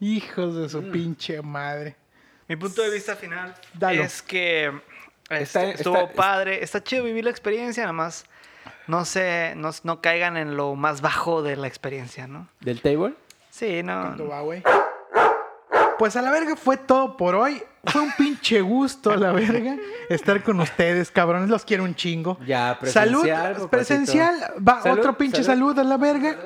Speaker 3: Hijos de
Speaker 6: Mm.
Speaker 3: su pinche madre.
Speaker 2: Mi punto de vista final
Speaker 3: Dalo.
Speaker 2: es que este,
Speaker 6: Está- está-
Speaker 2: estuvo padre, está chido vivir la experiencia, nada más no se, no, no caigan en lo más bajo de la experiencia, ¿no?
Speaker 6: ¿Del table?
Speaker 2: Sí, no.
Speaker 3: Cuando va, güey. Pues a la verga fue todo por hoy. Fue un pinche gusto, la verga, estar con ustedes, cabrones. Los quiero un chingo.
Speaker 6: Ya, presencial,
Speaker 3: Salud,
Speaker 6: papacito.
Speaker 3: presencial. Va,
Speaker 6: Salud,
Speaker 3: otro pinche
Speaker 6: salud.
Speaker 3: salud. a la verga.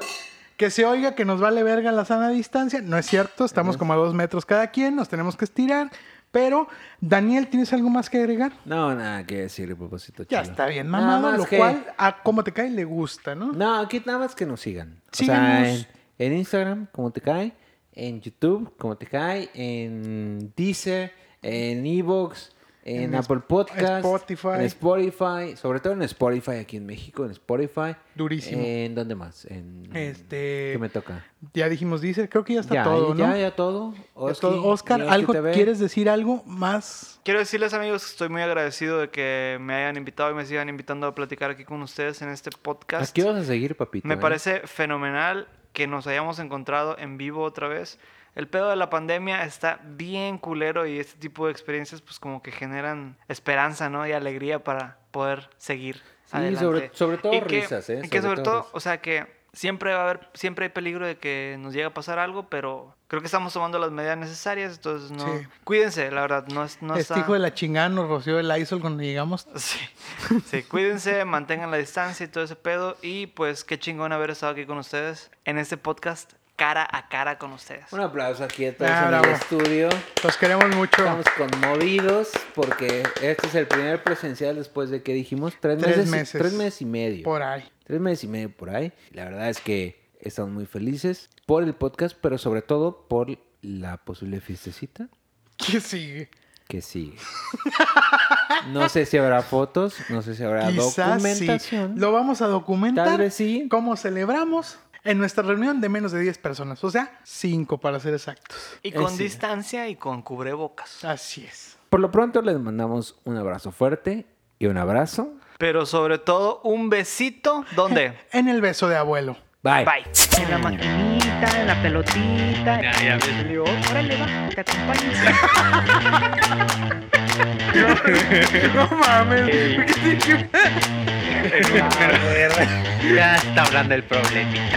Speaker 3: Que se oiga que nos vale verga la sana distancia. No es cierto, estamos como a dos metros cada quien, nos tenemos que estirar. Pero, Daniel, ¿tienes algo más que agregar?
Speaker 6: No, nada que decir, propósito.
Speaker 3: Ya
Speaker 6: chulo.
Speaker 3: está bien,
Speaker 6: Nada
Speaker 3: mamado,
Speaker 6: más
Speaker 3: lo
Speaker 6: que-
Speaker 3: cual a cómo te cae le gusta, ¿no?
Speaker 6: No, aquí nada más que nos sigan. O sea,
Speaker 3: Síganos.
Speaker 6: en, en Instagram, como te cae. En YouTube, como te cae. En Deezer, en Evox, en,
Speaker 3: En
Speaker 6: Apple
Speaker 3: Sp-
Speaker 6: Podcast.
Speaker 3: Spotify.
Speaker 6: En Spotify. Sobre todo en Spotify aquí en México, en Spotify.
Speaker 3: Durísimo.
Speaker 6: ¿En dónde más? En,
Speaker 3: Este-
Speaker 6: ¿Qué me toca?
Speaker 3: Ya dijimos, dice, creo que ya está
Speaker 6: ya,
Speaker 3: todo,
Speaker 6: ya,
Speaker 3: ¿no?
Speaker 6: ya todo.
Speaker 3: Ya
Speaker 6: Oski,
Speaker 3: todo. Oscar,
Speaker 6: y Oski
Speaker 3: ¿algo,
Speaker 6: TV.
Speaker 3: ¿quieres decir algo más?
Speaker 2: Quiero decirles amigos que estoy muy agradecido de que me hayan invitado y me sigan invitando a platicar aquí con ustedes en este podcast.
Speaker 6: Aquí vas a seguir, papito.
Speaker 2: Me
Speaker 6: ¿eh?
Speaker 2: parece fenomenal que nos hayamos encontrado en vivo otra vez. El pedo de la pandemia está bien culero y este tipo de experiencias pues como que generan esperanza, ¿no? Y alegría para poder seguir
Speaker 6: Sí,
Speaker 2: adelante.
Speaker 6: sobre- sobre todo
Speaker 2: Y que-
Speaker 6: risas, ¿eh?
Speaker 2: Y que
Speaker 6: Sobre
Speaker 2: sobre,
Speaker 6: todo
Speaker 2: todo,
Speaker 6: risas.
Speaker 2: o sea que siempre va a haber, siempre hay peligro de que nos llegue a pasar algo, pero creo que estamos tomando las medidas necesarias, entonces no...
Speaker 3: Sí.
Speaker 2: Cuídense, la verdad, no, es- no
Speaker 3: este
Speaker 2: está...
Speaker 3: hijo de la chingada nos roció el ISOL cuando llegamos.
Speaker 2: Sí, sí, cuídense, mantengan la distancia y todo ese pedo. Y pues qué chingón haber estado aquí con ustedes en este podcast cara a cara con ustedes.
Speaker 6: Un aplauso aquí a todos
Speaker 3: Ah,
Speaker 6: en el
Speaker 3: bravo.
Speaker 6: estudio.
Speaker 3: Los queremos mucho.
Speaker 6: Estamos conmovidos porque este es el primer presencial después de que dijimos tres,
Speaker 3: Tres
Speaker 6: meses, y-
Speaker 3: meses.
Speaker 6: Tres meses y medio.
Speaker 3: Por ahí.
Speaker 6: Tres meses y medio por ahí. La verdad es que estamos muy felices por el podcast, pero sobre todo por la posible fiestecita
Speaker 3: ¿Qué sigue?
Speaker 6: que sigue. No sé si habrá fotos, no sé si habrá
Speaker 3: Quizás sí.
Speaker 6: documentación.
Speaker 3: Lo vamos a documentar.
Speaker 6: Tal vez sí.
Speaker 3: ¿Cómo celebramos? En nuestra reunión de menos de 10 personas. O sea, 5 para ser exactos. Este.
Speaker 2: Y con
Speaker 6: Ese.
Speaker 2: distancia y con cubrebocas.
Speaker 3: Así es.
Speaker 6: Por lo pronto les mandamos un abrazo fuerte y un abrazo.
Speaker 2: Pero sobre todo, un besito. ¿Dónde?
Speaker 3: En el beso de abuelo.
Speaker 6: Bye.
Speaker 2: Bye.
Speaker 5: En la maquinita, en la pelotita. Ya, ya ves, Leo. Órale, va, te acompaño.
Speaker 3: No mames.
Speaker 5: ya está hablando el problemita.